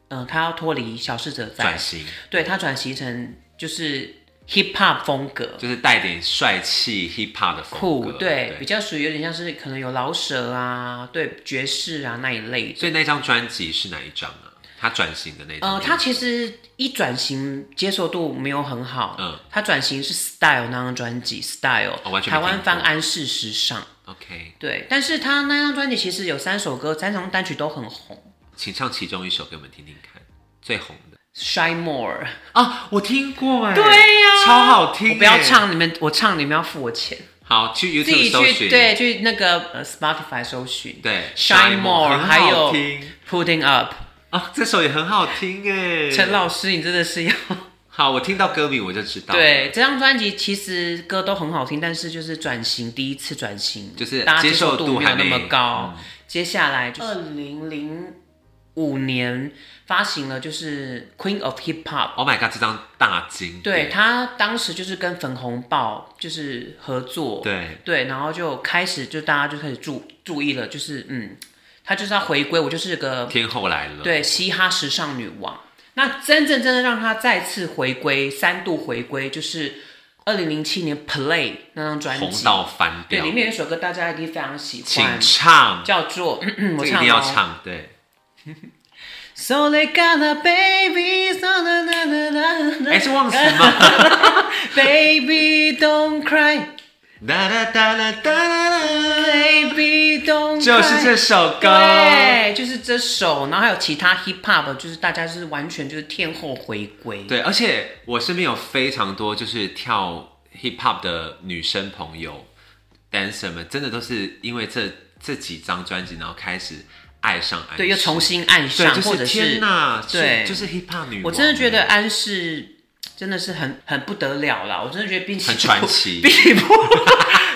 Speaker 2: 嗯、他要脱离小室哲哉
Speaker 1: 转，型，
Speaker 2: 对他转型成就是 hip hop 风格，
Speaker 1: 就是带点帅气 hip hop 的风
Speaker 2: 酷
Speaker 1: 格，
Speaker 2: 对，比较属于有点像是可能有老舍啊，对爵士啊那一类的。
Speaker 1: 所以那张专辑是哪一张啊？他转型的那张专
Speaker 2: 呃，
Speaker 1: 辑，
Speaker 2: 他其实一转型接受度没有很好，
Speaker 1: 嗯，
Speaker 2: 他转型是 Style 那张专辑 Style，、
Speaker 1: 哦完全没
Speaker 2: 台湾
Speaker 1: 听
Speaker 2: 翻
Speaker 1: 过
Speaker 2: 安室时尚，
Speaker 1: OK，
Speaker 2: 对，但是他那张专辑其实有三首歌，三张单曲都很红
Speaker 1: 请唱其中一首给我们听听看，最红的
Speaker 2: ，Shine More，
Speaker 1: 啊，我听过哎，
Speaker 2: 对呀
Speaker 1: 超好听，欸
Speaker 2: 我不要，唱你们，我唱你们要付我钱，
Speaker 1: 好去
Speaker 2: 自己
Speaker 1: YouTube 搜
Speaker 2: 去
Speaker 1: 寻，
Speaker 2: 对去那个呃 Spotify 搜寻，
Speaker 1: 对
Speaker 2: ，Shine More，
Speaker 1: 很好
Speaker 2: 还有
Speaker 1: 听
Speaker 2: Putting Up，
Speaker 1: 啊，这首也很好听哎，
Speaker 2: 陈老师你真的是要。
Speaker 1: 好，我听到歌名我就知道，，
Speaker 2: 对，这张专辑其实歌都很好听，但是就是转型第一次转型，
Speaker 1: 就是
Speaker 2: 大家
Speaker 1: 接
Speaker 2: 接
Speaker 1: 受
Speaker 2: 受
Speaker 1: 度
Speaker 2: 没有
Speaker 1: 还
Speaker 2: 那
Speaker 1: 没
Speaker 2: 么高。接下来二零零五年发行了就是《Queen of Hip Hop》。
Speaker 1: Oh my god，这张大经
Speaker 2: 对
Speaker 1: 典，
Speaker 2: 他当时就是跟粉红豹就是合作，
Speaker 1: 对
Speaker 2: 对，然后就开始就大家就开始注注意了，就是嗯，他就是要回归，我就是个
Speaker 1: 天后来了，，
Speaker 2: 对，嘻哈时尚女王。那真正真的让她再次回归，三度回归，就是二零零七年《Play》那张专
Speaker 1: 红
Speaker 2: 辑，
Speaker 1: 到翻
Speaker 2: 对，
Speaker 1: 掉
Speaker 2: 里，面有一首歌大家一定非常喜
Speaker 1: 请，
Speaker 2: 欢
Speaker 1: 唱，
Speaker 2: 叫做我
Speaker 1: 这一
Speaker 2: 唱
Speaker 1: 定要
Speaker 2: 哦。
Speaker 1: 唱，对。
Speaker 2: So they got a baby, so na na na na
Speaker 1: 哎，
Speaker 2: na
Speaker 1: 是忘词 吗？
Speaker 2: baby don't cry,
Speaker 1: 哒哒哒哒哒哒哒，
Speaker 2: baby don't cry，
Speaker 1: 就是这首歌。
Speaker 2: 对，就是这首，然后还有其他 hip hop，就是大家就是完全就是天后回归，
Speaker 1: 对，而且我身边有非常多就是跳 hip hop 的女生朋友，dancer 们，真的都是因为这这几张专辑，然后开始爱上安室，
Speaker 2: 对，又重新爱上，
Speaker 1: 对，就
Speaker 2: 或
Speaker 1: 是
Speaker 2: 者
Speaker 1: 天哪，
Speaker 2: 对
Speaker 1: 是就是 hip hop 女王，欸
Speaker 2: 我真的觉得安室真的是很很不得了啦！我真的觉得滨崎步
Speaker 1: 很传 奇
Speaker 2: 滨崎步，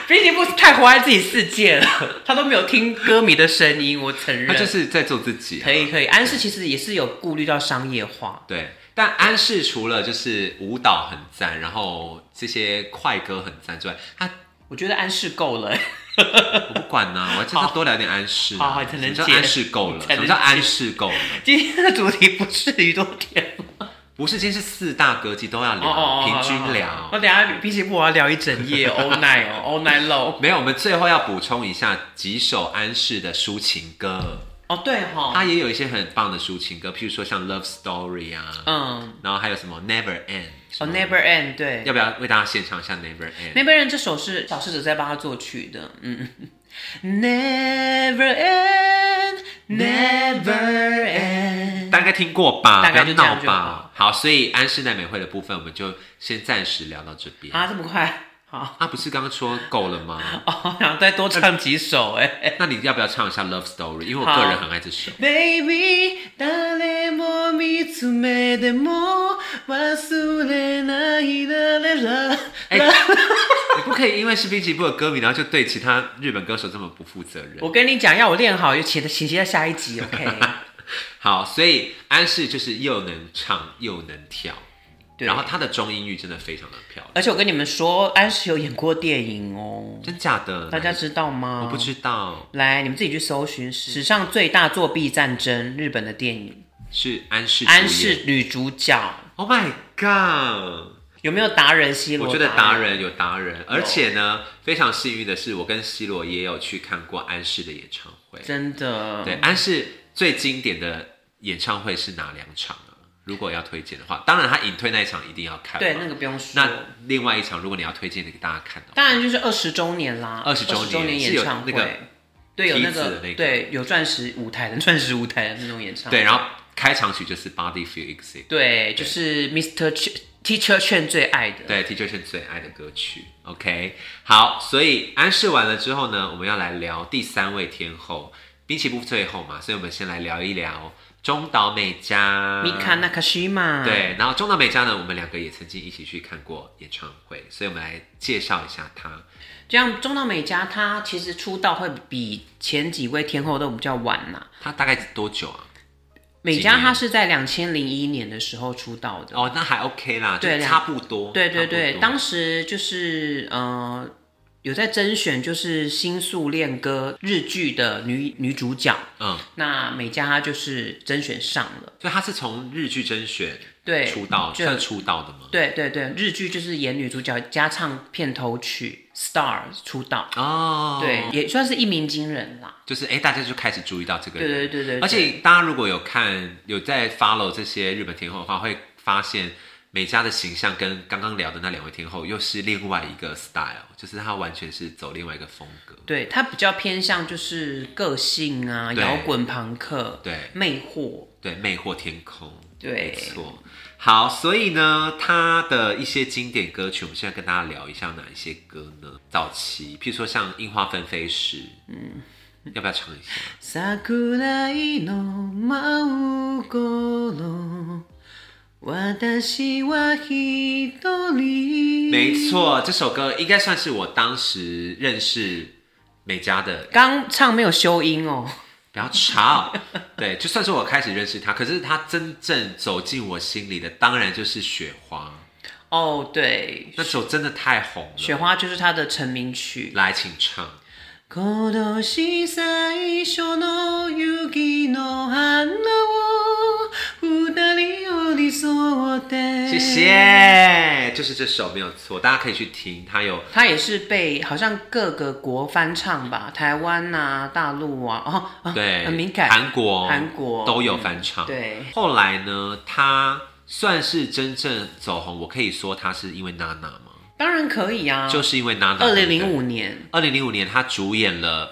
Speaker 2: 滨崎步太活在自己世界了，他都没有听歌迷的声音，我承认。
Speaker 1: 她就是在做自己啊、
Speaker 2: 可以可以，安室其实也是有顾虑到商业化，
Speaker 1: 对，但安室除了就是舞蹈很赞，然后这些快歌很赞之外，他
Speaker 2: 我觉得安室够 了，欸
Speaker 1: 我不管呢、我 要就是多聊点安室、啊。
Speaker 2: 好好才能
Speaker 1: 什么叫
Speaker 2: 接
Speaker 1: 安室够了？什
Speaker 2: 才能
Speaker 1: 么叫
Speaker 2: 接
Speaker 1: 安室够了？
Speaker 2: 今天的主题不是宇多田吗？
Speaker 1: 不是，今天是四大歌姬都要聊，
Speaker 2: 哦哦哦，
Speaker 1: 平均
Speaker 2: 好好好
Speaker 1: 聊。
Speaker 2: 我等一下冰淇淋我要聊一整夜，all night 哦，all night long。
Speaker 1: 没有，我们最后要补充一下几首安室的抒情歌，
Speaker 2: 哦，对哈、
Speaker 1: 他也有一些很棒的抒情歌，譬如说像《Love Story》啊，
Speaker 2: 嗯，
Speaker 1: 然后还有什么《Never End》
Speaker 2: 哦
Speaker 1: 什么
Speaker 2: ，Never End，对
Speaker 1: 要不要为大家献唱一下《Never End》？
Speaker 2: ，Never End 这首是小侍者在帮他作曲的，嗯，Never End，Never End，
Speaker 1: 大概听过吧，
Speaker 2: 大概就
Speaker 1: 不要
Speaker 2: 这
Speaker 1: 闹
Speaker 2: 样就
Speaker 1: 吧。好，所以安室奈美惠的部分，我们就先暂时聊到这边。
Speaker 2: 啊，这么快，好，
Speaker 1: 啊，不是刚刚说够了 吗？
Speaker 2: 哦，想再多唱几首哎、
Speaker 1: 那你要不要唱一下《Love Story》？因为我个人很爱这首。
Speaker 2: Baby 誰も見つめても忘れないられら
Speaker 1: 哎、你不可以因为是滨崎步的歌迷，然后就对其他日本歌手这么不负责任。
Speaker 2: 我跟你讲，要我练好，就请请期待下一集，OK？
Speaker 1: 好，所以安室就是又能唱又能跳，
Speaker 2: 对
Speaker 1: 然后她的中音域真的非常的漂亮，
Speaker 2: 而且我跟你们说，安室有演过电影哦，
Speaker 1: 真假的？
Speaker 2: 大家知道吗？
Speaker 1: 我不。知道
Speaker 2: 来，你们自己去搜寻史上最大作弊战争日本的电影，
Speaker 1: 是安室主演
Speaker 2: 安室女主角
Speaker 1: Oh my god！
Speaker 2: 有没有达人西罗？
Speaker 1: 我觉得达人有达人，而且呢，非常幸运的是，我跟 C 罗也有去看过安室的演唱会。
Speaker 2: 真的
Speaker 1: 对，安室最经典的演唱会是哪两场啊？如果要推荐的话，当然他隐退那一场一定要看嘛。
Speaker 2: 对那个不用说。
Speaker 1: 那另外一场，如果你要推荐的给大家看的话，
Speaker 2: 当然就是二十周年啦，
Speaker 1: 20周年
Speaker 2: 年
Speaker 1: 是有
Speaker 2: 演唱会，
Speaker 1: 那个
Speaker 2: 对，有那
Speaker 1: 梯子的
Speaker 2: 个
Speaker 1: 那个
Speaker 2: 对有钻石舞台的 钻石舞台的那种演唱会，
Speaker 1: 对，然后开场曲就是《Body Feel Exit》，
Speaker 2: 对，就是 Mr. Ch- Teacher 圈最爱的，
Speaker 1: 对，T 就是最爱的歌曲。OK，好，所以安室完了之后呢，我们要来聊第三位天后，滨崎步最后嘛，所以我们先来聊一聊中岛美嘉。
Speaker 2: ，Mika Nakashima，，
Speaker 1: 对，然后中岛美嘉呢，我们两个也曾经一起去看过演唱会，所以我们来介绍一下她。
Speaker 2: 这样中岛美嘉她其实出道会比前几位天后都比较晚呐、
Speaker 1: 她大概多久啊？
Speaker 2: 美嘉
Speaker 1: 几年
Speaker 2: 她是在两千零一年的时候出道的，
Speaker 1: 哦，那还 OK 啦，就
Speaker 2: 对
Speaker 1: 差不多。
Speaker 2: 对对对，
Speaker 1: 差不多
Speaker 2: 当时就是呃有在甄选，就是新宿恋歌日剧的女女主角。
Speaker 1: 嗯，
Speaker 2: 那美嘉她就是甄选上了，
Speaker 1: 所以她是从日剧甄选
Speaker 2: 对，
Speaker 1: 出道，
Speaker 2: 就
Speaker 1: 算出道的吗？
Speaker 2: 对对对，日剧就是演女主角加唱片头曲《Star》出道，
Speaker 1: 哦，
Speaker 2: 对，也算是一鸣惊人啦。
Speaker 1: 就是哎、诶大家就开始注意到这个
Speaker 2: 对
Speaker 1: 人。
Speaker 2: 对对对，
Speaker 1: 而且大家如果有看有在 follow 这些日本天后的话，会发现美嘉的形象跟刚刚聊的那两位天后又是另外一个 style，就是她完全是走另外一个风格。
Speaker 2: 对她比较偏向就是个性啊，
Speaker 1: 对
Speaker 2: 摇滚朋克，
Speaker 1: 对
Speaker 2: 魅惑，
Speaker 1: 对，魅惑天空，没
Speaker 2: 对，
Speaker 1: 错。好，所以呢，她的一些经典歌曲，我们现在跟大家聊一下哪一些歌呢？早期，譬如说像《樱花纷飞时》，嗯，要不要唱一下？
Speaker 2: 桜の舞う頃私は一人
Speaker 1: 没错，这首歌应该算是我当时认识美嘉的
Speaker 2: 刚唱没有修音哦，
Speaker 1: 不要吵。哦 对，就算是我开始认识他，可是他真正走进我心里的，当然就是雪花。
Speaker 2: 哦对，
Speaker 1: 那首真的太红了。
Speaker 2: 雪花就是他的成名曲。
Speaker 1: 来，请唱。
Speaker 2: 今年最初の雪の花を二人寄り添って。
Speaker 1: 谢。谢，就是这首没有错，大家可以去听。它有
Speaker 2: 他也是被好像各个国翻唱吧，台湾啊、大陆啊，哦，啊
Speaker 1: 对，
Speaker 2: 很敏感。
Speaker 1: 韩国、
Speaker 2: 韩国
Speaker 1: 都有翻唱。
Speaker 2: 对，
Speaker 1: 后来呢，他算是真正走红。我可以说他是因为娜娜吗？
Speaker 2: 当然可以啊，
Speaker 1: 就是因为娜娜。
Speaker 2: 二零零
Speaker 1: 对不对
Speaker 2: 五年，
Speaker 1: 二零零五年，他主演了《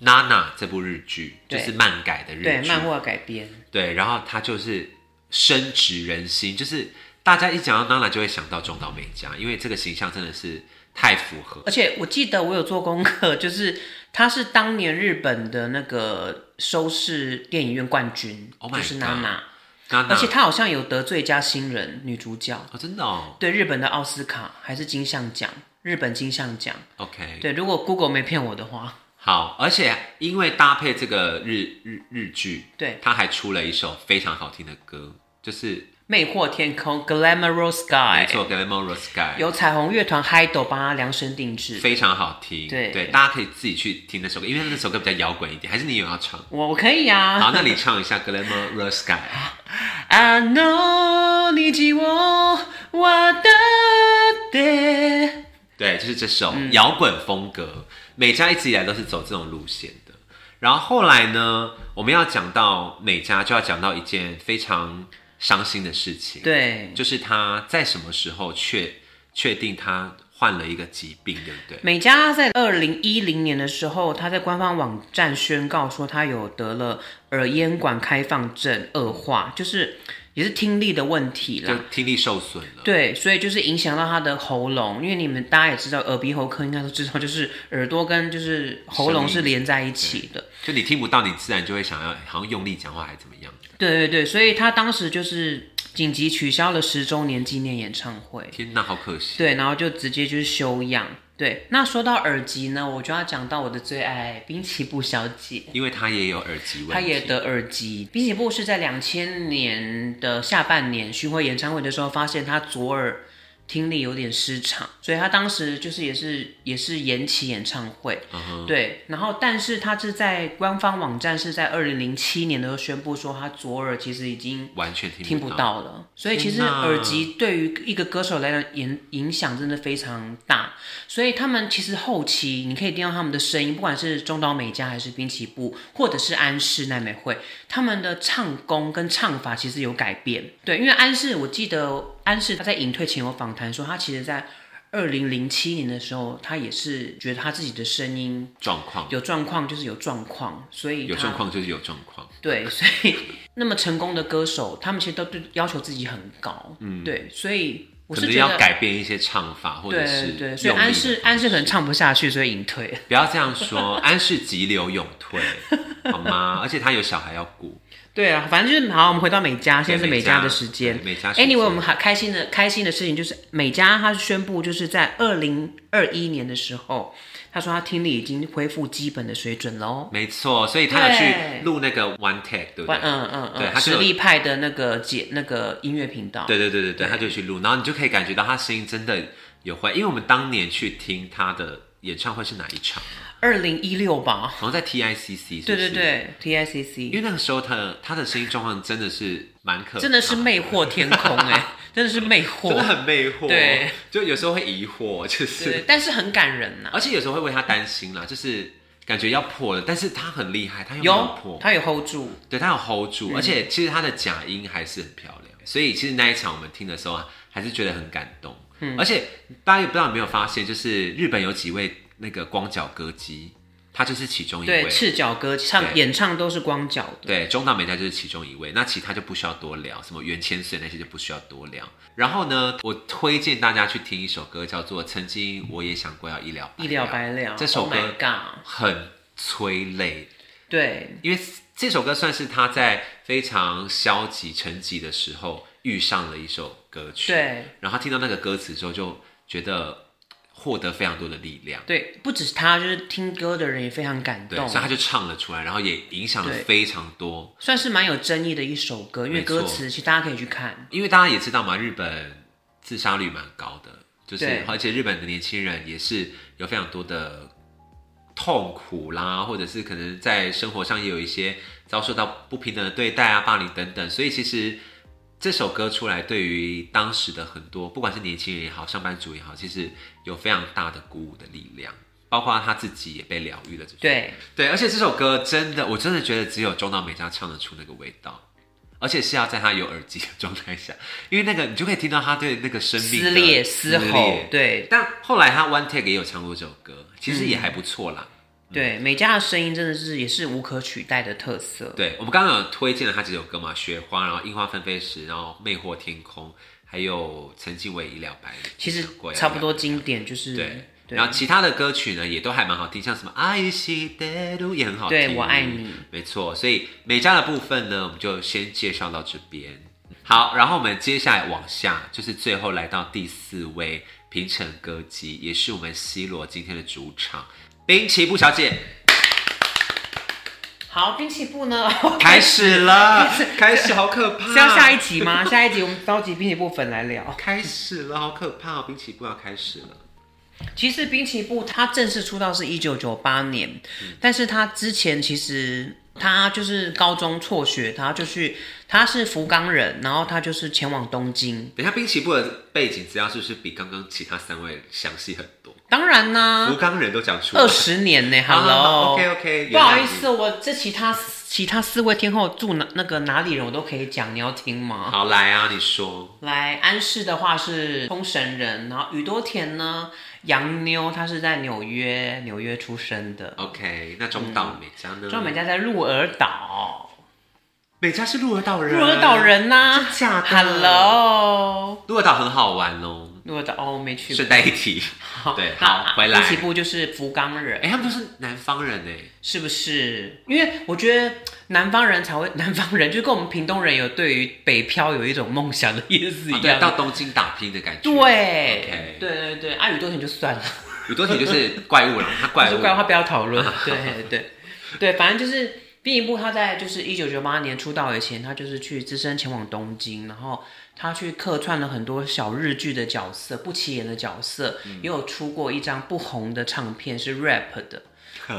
Speaker 1: 娜娜》这部日剧，就
Speaker 2: 对
Speaker 1: 是漫改的日剧，
Speaker 2: 对漫画改编，
Speaker 1: 对然后他就是深植人心，就是大家一讲到娜娜就会想到中岛美嘉，因为这个形象真的是太符合。
Speaker 2: 而且我记得我有做功课， 就是他是当年日本的那个收视电影院冠军
Speaker 1: Oh my
Speaker 2: 就是娜娜，
Speaker 1: 娜娜，
Speaker 2: 而且他好像有得最佳新人女主角，
Speaker 1: 哦，真的哦
Speaker 2: 对日本的奥斯卡还是金像奖，日本金像奖，
Speaker 1: ，OK，
Speaker 2: 对，如果 Google 没骗我的话，
Speaker 1: 好，而且因为搭配这个日日日剧，
Speaker 2: 对，
Speaker 1: 他还出了一首非常好听的歌，就是
Speaker 2: 魅惑天空 Glamorous
Speaker 1: 没
Speaker 2: Sky，
Speaker 1: 错，《Glamour Sky》
Speaker 2: 由彩虹乐团 Hido 帮他量身定制，
Speaker 1: 非常好听，
Speaker 2: 对
Speaker 1: 大家可以自己去听那首歌，因为那首 歌比较摇滚一点，还是你有要唱？
Speaker 2: 我我可以啊，
Speaker 1: 好，那你唱一下《Glamour Sky》。
Speaker 2: あの虹を渡って。
Speaker 1: 对，就是这首
Speaker 2: 嗯
Speaker 1: 摇滚风格，美嘉一直以来都是走这种路线的。然后后来呢，我们要讲到美嘉，就要讲到一件非常伤心的事情，，
Speaker 2: 对，
Speaker 1: 就是她在什么时候确确定她患了一个疾病，对不对？
Speaker 2: 美嘉在二零一零年的时候，她在官方网站宣告说她有得了耳咽管开放症恶化，就是也是听力的问题啦
Speaker 1: 就。听力受损了。
Speaker 2: 嗯对，所以就是影响到她的喉咙，因为你们大家也知道，耳鼻喉科应该都知道，就是耳朵跟就是喉咙是连在一起的。
Speaker 1: 就你听不到，你自然就会想要好像用力讲话，还怎么样？
Speaker 2: 对对对，所以她当时就是紧急取消了十周年纪念演唱会。
Speaker 1: 天哪，好可惜。
Speaker 2: 对，然后就直接就是休养。对，那说到耳疾呢，我就要讲到我的最爱滨崎步小姐，
Speaker 1: 因为她也有耳疾问题，
Speaker 2: 她也得耳疾。滨崎步是在两千年的下半年巡回演唱会的时候，发现她左耳听力有点失常，所以她当时就是也是也是延期演唱会。
Speaker 1: 嗯
Speaker 2: 对，然后但是她是在官方网站是在二零零七年的时候宣布说，她左耳其实已经
Speaker 1: 完全听
Speaker 2: 听不。到了。所以其实
Speaker 1: 天哪
Speaker 2: 耳机对于一个歌手来讲影影响真的非常大，所以他们其实后期你可以听到他们的声音，不管是中岛美嘉还是滨崎步，或者是安室奈美惠，他们的唱功跟唱法其实有改变。对，因为安室，我记得安室他在隐退前有访谈说，他其实在。二零零七年的时候，他也是觉得他自己的声音
Speaker 1: 状况，
Speaker 2: 有状况，就是有状况，所以
Speaker 1: 有
Speaker 2: 他
Speaker 1: 状况就是有状况。
Speaker 2: 对， 所以那么成功的歌手，他们其实都对要求自己很高，嗯，对，所以我
Speaker 1: 可
Speaker 2: 是
Speaker 1: 能
Speaker 2: 觉
Speaker 1: 要
Speaker 2: 得，
Speaker 1: 改变一些唱法，或者是
Speaker 2: 对对，所以
Speaker 1: 用力
Speaker 2: 安
Speaker 1: 的
Speaker 2: 室
Speaker 1: 方
Speaker 2: 安室
Speaker 1: 式
Speaker 2: 可能唱不下去，所以隐 退。
Speaker 1: 不要这样说，安室急流勇退，好 吗？而且他有小孩要顾，
Speaker 2: 对啊，反正就是好，我们回到美嘉，现在是
Speaker 1: 对美
Speaker 2: 美嘉
Speaker 1: 嘉
Speaker 2: 的时间
Speaker 1: 对。美嘉时间
Speaker 2: anyway，我们还开心的开心的事情就是美嘉，她宣布就是在二零二一年的时候，她说她听力已经恢复基本的水准哦喽。
Speaker 1: 没错，所以他有
Speaker 2: 对
Speaker 1: 去录那个 One Take，对不对
Speaker 2: 嗯？嗯
Speaker 1: 对
Speaker 2: 嗯嗯，
Speaker 1: 她就
Speaker 2: 实力派的那个节那个音乐频道。
Speaker 1: 对对对对对，他就去录，然后你就可以感觉到他声音真的有回来，因为我们当年去听他的演唱会是哪一场？
Speaker 2: 二零一六吧。
Speaker 1: 好像在 TICC，是不是
Speaker 2: 对对，对，TICC。
Speaker 1: 因为那个时候他的他的声音状况真的是蛮可怕，
Speaker 2: 真的是魅惑天空哎、 真的是魅
Speaker 1: 真的
Speaker 2: 惑，
Speaker 1: 很魅惑，
Speaker 2: 对，
Speaker 1: 就有时候会疑惑，就是
Speaker 2: 对，但是很感人呐、
Speaker 1: 而且有时候会为他担心啦，就是感觉要破了，但是他很厉害，他又没有
Speaker 2: 有
Speaker 1: 破，
Speaker 2: 他有嗯 hold 住，
Speaker 1: 对他有 hold 住，而且其实他的假音还是很漂亮，所以其实那一场我们听的时候啊，还是觉得很感动。
Speaker 2: 嗯
Speaker 1: 而且大家也不知道有没有发现，就是日本有几位那个光脚歌姬，他就是其中一位
Speaker 2: 对，。赤脚歌唱
Speaker 1: 对
Speaker 2: 演唱都是光脚的，
Speaker 1: 对，中岛美嘉就是其中一位，那其他就不需要多聊，什么原千岁那些就不需要多聊。然后呢，我推荐大家去听一首歌，叫做《曾经我也想过要一了百
Speaker 2: 一了百了。
Speaker 1: 这首
Speaker 2: Oh
Speaker 1: 歌
Speaker 2: my God，
Speaker 1: 很催泪，
Speaker 2: 对
Speaker 1: 因为这首歌算是他在非常消极沉寂的时候遇上了一首歌曲，，
Speaker 2: 对
Speaker 1: 然后他听到那个歌词之后，就觉得获得非常多的力量，
Speaker 2: 对，不只是他，就是听歌的人也非常感
Speaker 1: 对，啊
Speaker 2: 动
Speaker 1: 所以，他就唱了出来，然后也影响了
Speaker 2: 对
Speaker 1: 非常多，
Speaker 2: 算是蛮有争议的一首歌，因为
Speaker 1: 没错
Speaker 2: 歌词其实大家可以去看，
Speaker 1: 因为大家也知道嘛，日本自杀率蛮高的，就是
Speaker 2: 对
Speaker 1: 而且日本的年轻人也是有非常多的。痛苦啦，或者是可能在生活上也有一些遭受到不平等的对待啊、霸凌等等，所以其实这首歌出来，对于当时的很多，不管是年轻人也好，上班族也好，其实有非常大的鼓舞的力量。包括他自己也被疗愈了这首歌，
Speaker 2: 对
Speaker 1: 对，而且这首歌真的，我真的觉得只有中岛美嘉唱得出那个味道，而且是要在他有耳机的状态下，因为那个你就可以听到他对那个生命的
Speaker 2: 撕裂嘶
Speaker 1: 撕
Speaker 2: 吼
Speaker 1: 裂，
Speaker 2: 对
Speaker 1: 但后来他 One Take 也有唱过这首歌，其实也还
Speaker 2: 嗯
Speaker 1: 不错啦。
Speaker 2: 对，美嘉的声音真的是也是无可取代的特色，
Speaker 1: 对，我们刚刚有推荐了他几首歌嘛，《雪花》，然后《樱花纷飞时》，然后《魅惑天空》，还有《曾经为一了百了》，
Speaker 2: 其实
Speaker 1: 想过要
Speaker 2: 差不多
Speaker 1: 一了
Speaker 2: 经典就是
Speaker 1: 百了啊对。然后其他的歌曲呢，也都还蛮好听，像什么《爱惜的路》也很好听，
Speaker 2: 对我爱你，
Speaker 1: 没错。所以美嘉的部分呢，我们就先介绍到这边。好，然后我们接下来往下，就是最后来到第四位平成歌姬，也是我们西罗今天的主场，滨崎步小姐
Speaker 2: 好，滨崎步呢？
Speaker 1: 开始 了，开始好可怕，
Speaker 2: 是要下一集吗？ 下一集我们召集滨崎步粉来聊。
Speaker 1: 开始了，好可怕、哦！滨崎步要开始了，
Speaker 2: 其
Speaker 1: 嗯
Speaker 2: 实滨崎步他正式出道是一九九八年，但是他之前其实他就是高中辍学，他就去，他是福冈人，然后他就是前往东京。
Speaker 1: 等一下，滨崎步的背景资料是不是比刚刚其他三位详细很多？
Speaker 2: 当然啦、
Speaker 1: 福冈人啊都讲出来
Speaker 2: 二。十年呢、
Speaker 1: 好
Speaker 2: h e l l
Speaker 1: 好
Speaker 2: o
Speaker 1: ，OK OK，
Speaker 2: 不好意思，我这其他其他四位天后住哪那个哪里人我都可以讲，你要听吗？
Speaker 1: 好来啊，你说
Speaker 2: 来，安室的话是冲绳人，然后宇多田呢，洋妞，她是在纽约纽约出生的，
Speaker 1: OK？那中岛美嘉呢？
Speaker 2: 嗯中美家在鹿儿岛，
Speaker 1: 美嘉是鹿儿岛人，
Speaker 2: 鹿儿岛人呐、
Speaker 1: 真假的
Speaker 2: Hello，
Speaker 1: 鹿儿岛很好玩哦。
Speaker 2: 鹿儿岛哦，没去过
Speaker 1: 顺。带一提，对，好
Speaker 2: 那
Speaker 1: 回来
Speaker 2: 滨崎步就是福冈人
Speaker 1: 哎、，他们都是南方人哎，
Speaker 2: 是不是？因为我觉得南方人才会，南方人就跟我们屏东人有对于北漂有一种梦想的意思
Speaker 1: 啊
Speaker 2: 一
Speaker 1: 对，
Speaker 2: 样。
Speaker 1: 到东京打拼的感觉。
Speaker 2: 对
Speaker 1: OK
Speaker 2: 对对对，阿宇多田就算了，
Speaker 1: 宇多田就是怪物了，啊他怪
Speaker 2: 就
Speaker 1: 物，
Speaker 2: 怪 话不要 讨论。对对对，反正就是滨崎步，他在就是一九九八年出道以前，他就是去只身前往东京，然后他去客串了很多小日剧的角色、不起眼的角色，
Speaker 1: 嗯
Speaker 2: 也有出过一张不红的唱片是 rap 的，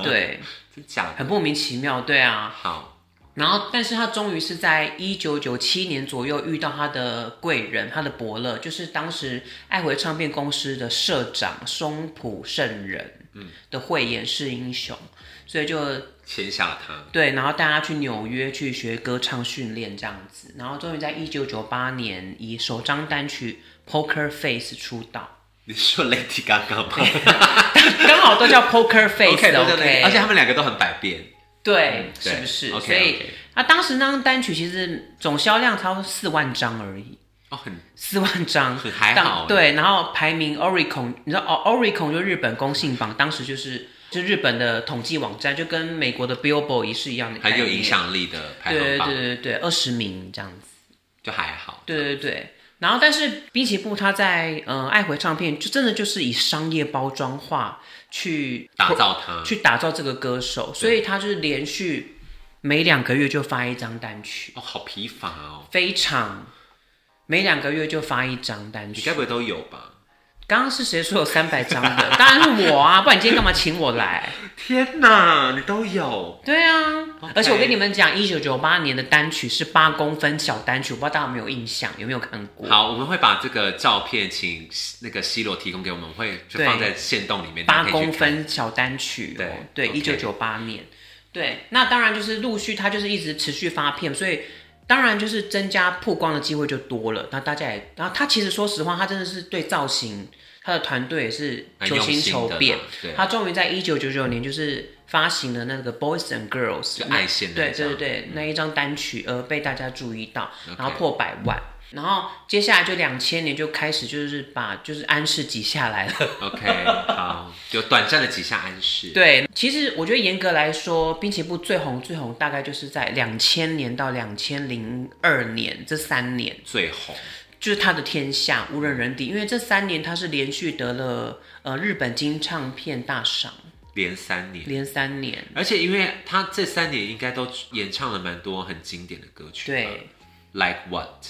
Speaker 2: 对，
Speaker 1: 真假的
Speaker 2: 很莫名其妙，对啊。
Speaker 1: 好，
Speaker 2: 然后，但是他终于是在一九九七年左右遇到他的贵人，他的伯乐，就是当时爱回唱片公司的社长松浦圣人，
Speaker 1: 嗯
Speaker 2: 的慧眼识英雄，所以就
Speaker 1: 签下他。
Speaker 2: 对，然后带他去纽约去学歌唱训练这样子，然后终于在一九九八年以首张单曲《Poker Face》出道，
Speaker 1: 你说 Lady Gaga 吗
Speaker 2: 刚好都叫 Poker
Speaker 1: 对
Speaker 2: Face，OK，、
Speaker 1: 对对，而且他们两个都很百变，
Speaker 2: 对，
Speaker 1: 对
Speaker 2: 是不是
Speaker 1: OK，
Speaker 2: 所以
Speaker 1: OK
Speaker 2: 啊，当时那张单曲其实总销量超四万张而已。
Speaker 1: 哦，很
Speaker 2: 四万张，
Speaker 1: 很还
Speaker 2: 当
Speaker 1: 好欸
Speaker 2: 对，然后排名 Oricon，你知道哦，Oricon 就日本公信榜，当时就是就日本的统计网站，就跟美国的 Billboard 也是一样的，
Speaker 1: 很有影。响嗯力的排
Speaker 2: 对
Speaker 1: 行
Speaker 2: 对
Speaker 1: 榜，
Speaker 2: 对对对，二十名这样子。
Speaker 1: 就还好。
Speaker 2: 对对对。然后，但是滨崎步他在呃爱回唱片就真的就是以商业包装化去
Speaker 1: 打造他
Speaker 2: 去打造这个歌手，所以他就是连续每两个月就发一张单曲，
Speaker 1: 哦，好疲乏哦，
Speaker 2: 非常每两个月就发一张单曲
Speaker 1: 你。该不会都有吧？
Speaker 2: 刚刚是谁说有三百张的？ 当然是我啊，不然你今天干嘛请我来？
Speaker 1: 天哪，你都有，
Speaker 2: 对啊
Speaker 1: OK
Speaker 2: 而且我跟你们讲，一九九八年的单曲是八公分小单曲，我不知道大家有没有印象，有没有看过？
Speaker 1: 好，我们会把这个照片请那个西罗提供给我们，我们会就
Speaker 2: 对
Speaker 1: 放在线洞里面，大
Speaker 2: 八
Speaker 1: 家可以去
Speaker 2: 公
Speaker 1: 看。
Speaker 2: 分小单曲哦，
Speaker 1: 对
Speaker 2: 对，一九
Speaker 1: OK
Speaker 2: 九八年，对，那当然就是陆续他就是一直持续发片，所以当然就是增加曝光的机会就多了。那大家也，然后他其实说实话，他真的是对造型，他的团队也是
Speaker 1: 蛮
Speaker 2: 求
Speaker 1: 用
Speaker 2: 新
Speaker 1: 心
Speaker 2: 求
Speaker 1: 的啦
Speaker 2: 变
Speaker 1: 对，
Speaker 2: 他终于在一九九九年就是发行了那个 Boys and Girls，
Speaker 1: 就爱线的
Speaker 2: 对
Speaker 1: 那张嗯
Speaker 2: 对对对，那一张单曲而被大家注意到，然后破百万。然后接下来就两千年就开始就是把就是安室挤下来了，
Speaker 1: OK，好，就短暂的几下暗示。
Speaker 2: 对，其实我觉得严格来说，滨崎步最红最红大概就是在两千年到两千零二年这三年，
Speaker 1: 最红，
Speaker 2: 就是他的天下无人能敌，因为这三年他是连续得了呃日本金唱片大赏，
Speaker 1: 连三年，
Speaker 2: 连三年。
Speaker 1: 而且因为他这三年应该都演唱了蛮多很经典的歌曲，
Speaker 2: 对，
Speaker 1: ，Like What，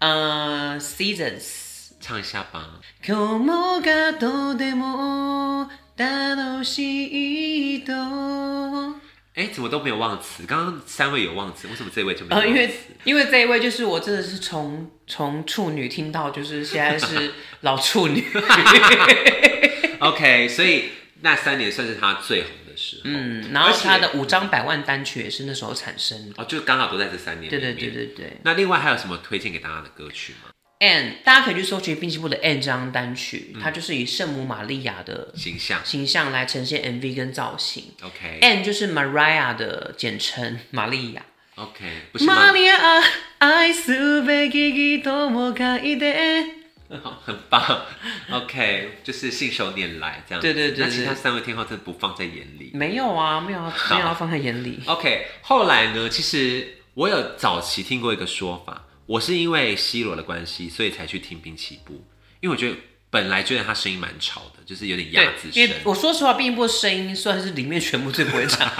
Speaker 2: 呃，Seasons。
Speaker 1: 唱一下吧。
Speaker 2: 今日がとても楽しいと。
Speaker 1: 哎，怎么都没有忘词？刚刚三位有忘词，为什么这位就没有
Speaker 2: 呃，
Speaker 1: 忘词？
Speaker 2: 因为因为这一位就是我真的是从从处女听到就是现在是老处女，
Speaker 1: OK，所以那三年算是他最红的时候，嗯，
Speaker 2: 嗯，然后
Speaker 1: 而且
Speaker 2: 他的五张百万单曲也是那时候产生的。
Speaker 1: 哦，就刚好都在这三年里
Speaker 2: 对对
Speaker 1: 面。
Speaker 2: 对对对
Speaker 1: 那另外还有什么推荐给大家的歌曲吗？
Speaker 2: ，N 大家可以去搜取滨崎步的 N 这张单曲，
Speaker 1: 嗯
Speaker 2: 它就是以圣母玛利亚的
Speaker 1: 形象
Speaker 2: 形象来呈现 MV 跟造型。
Speaker 1: ，OK
Speaker 2: N 就是 Maria 的简称，玛利亚。
Speaker 1: OK，不是吗？
Speaker 2: 玛利亚，爱すべき人を書いて。
Speaker 1: 好哦很棒，OK，就是信手拈来这样子。
Speaker 2: 对对对对
Speaker 1: 那其他三位天后真的不放在眼里。
Speaker 2: 没有啊，没有啊，没有要放在眼里。
Speaker 1: OK，后来呢？其实我有早期听过一个说法，我是因为 C 罗的关系，所以才去听滨崎步，因为我觉得本来觉得他声音蛮吵的，就是有点
Speaker 2: 对
Speaker 1: 鸭子，
Speaker 2: 因
Speaker 1: 声
Speaker 2: 为。我说实话，并不声音算是里面全部最不会 唱。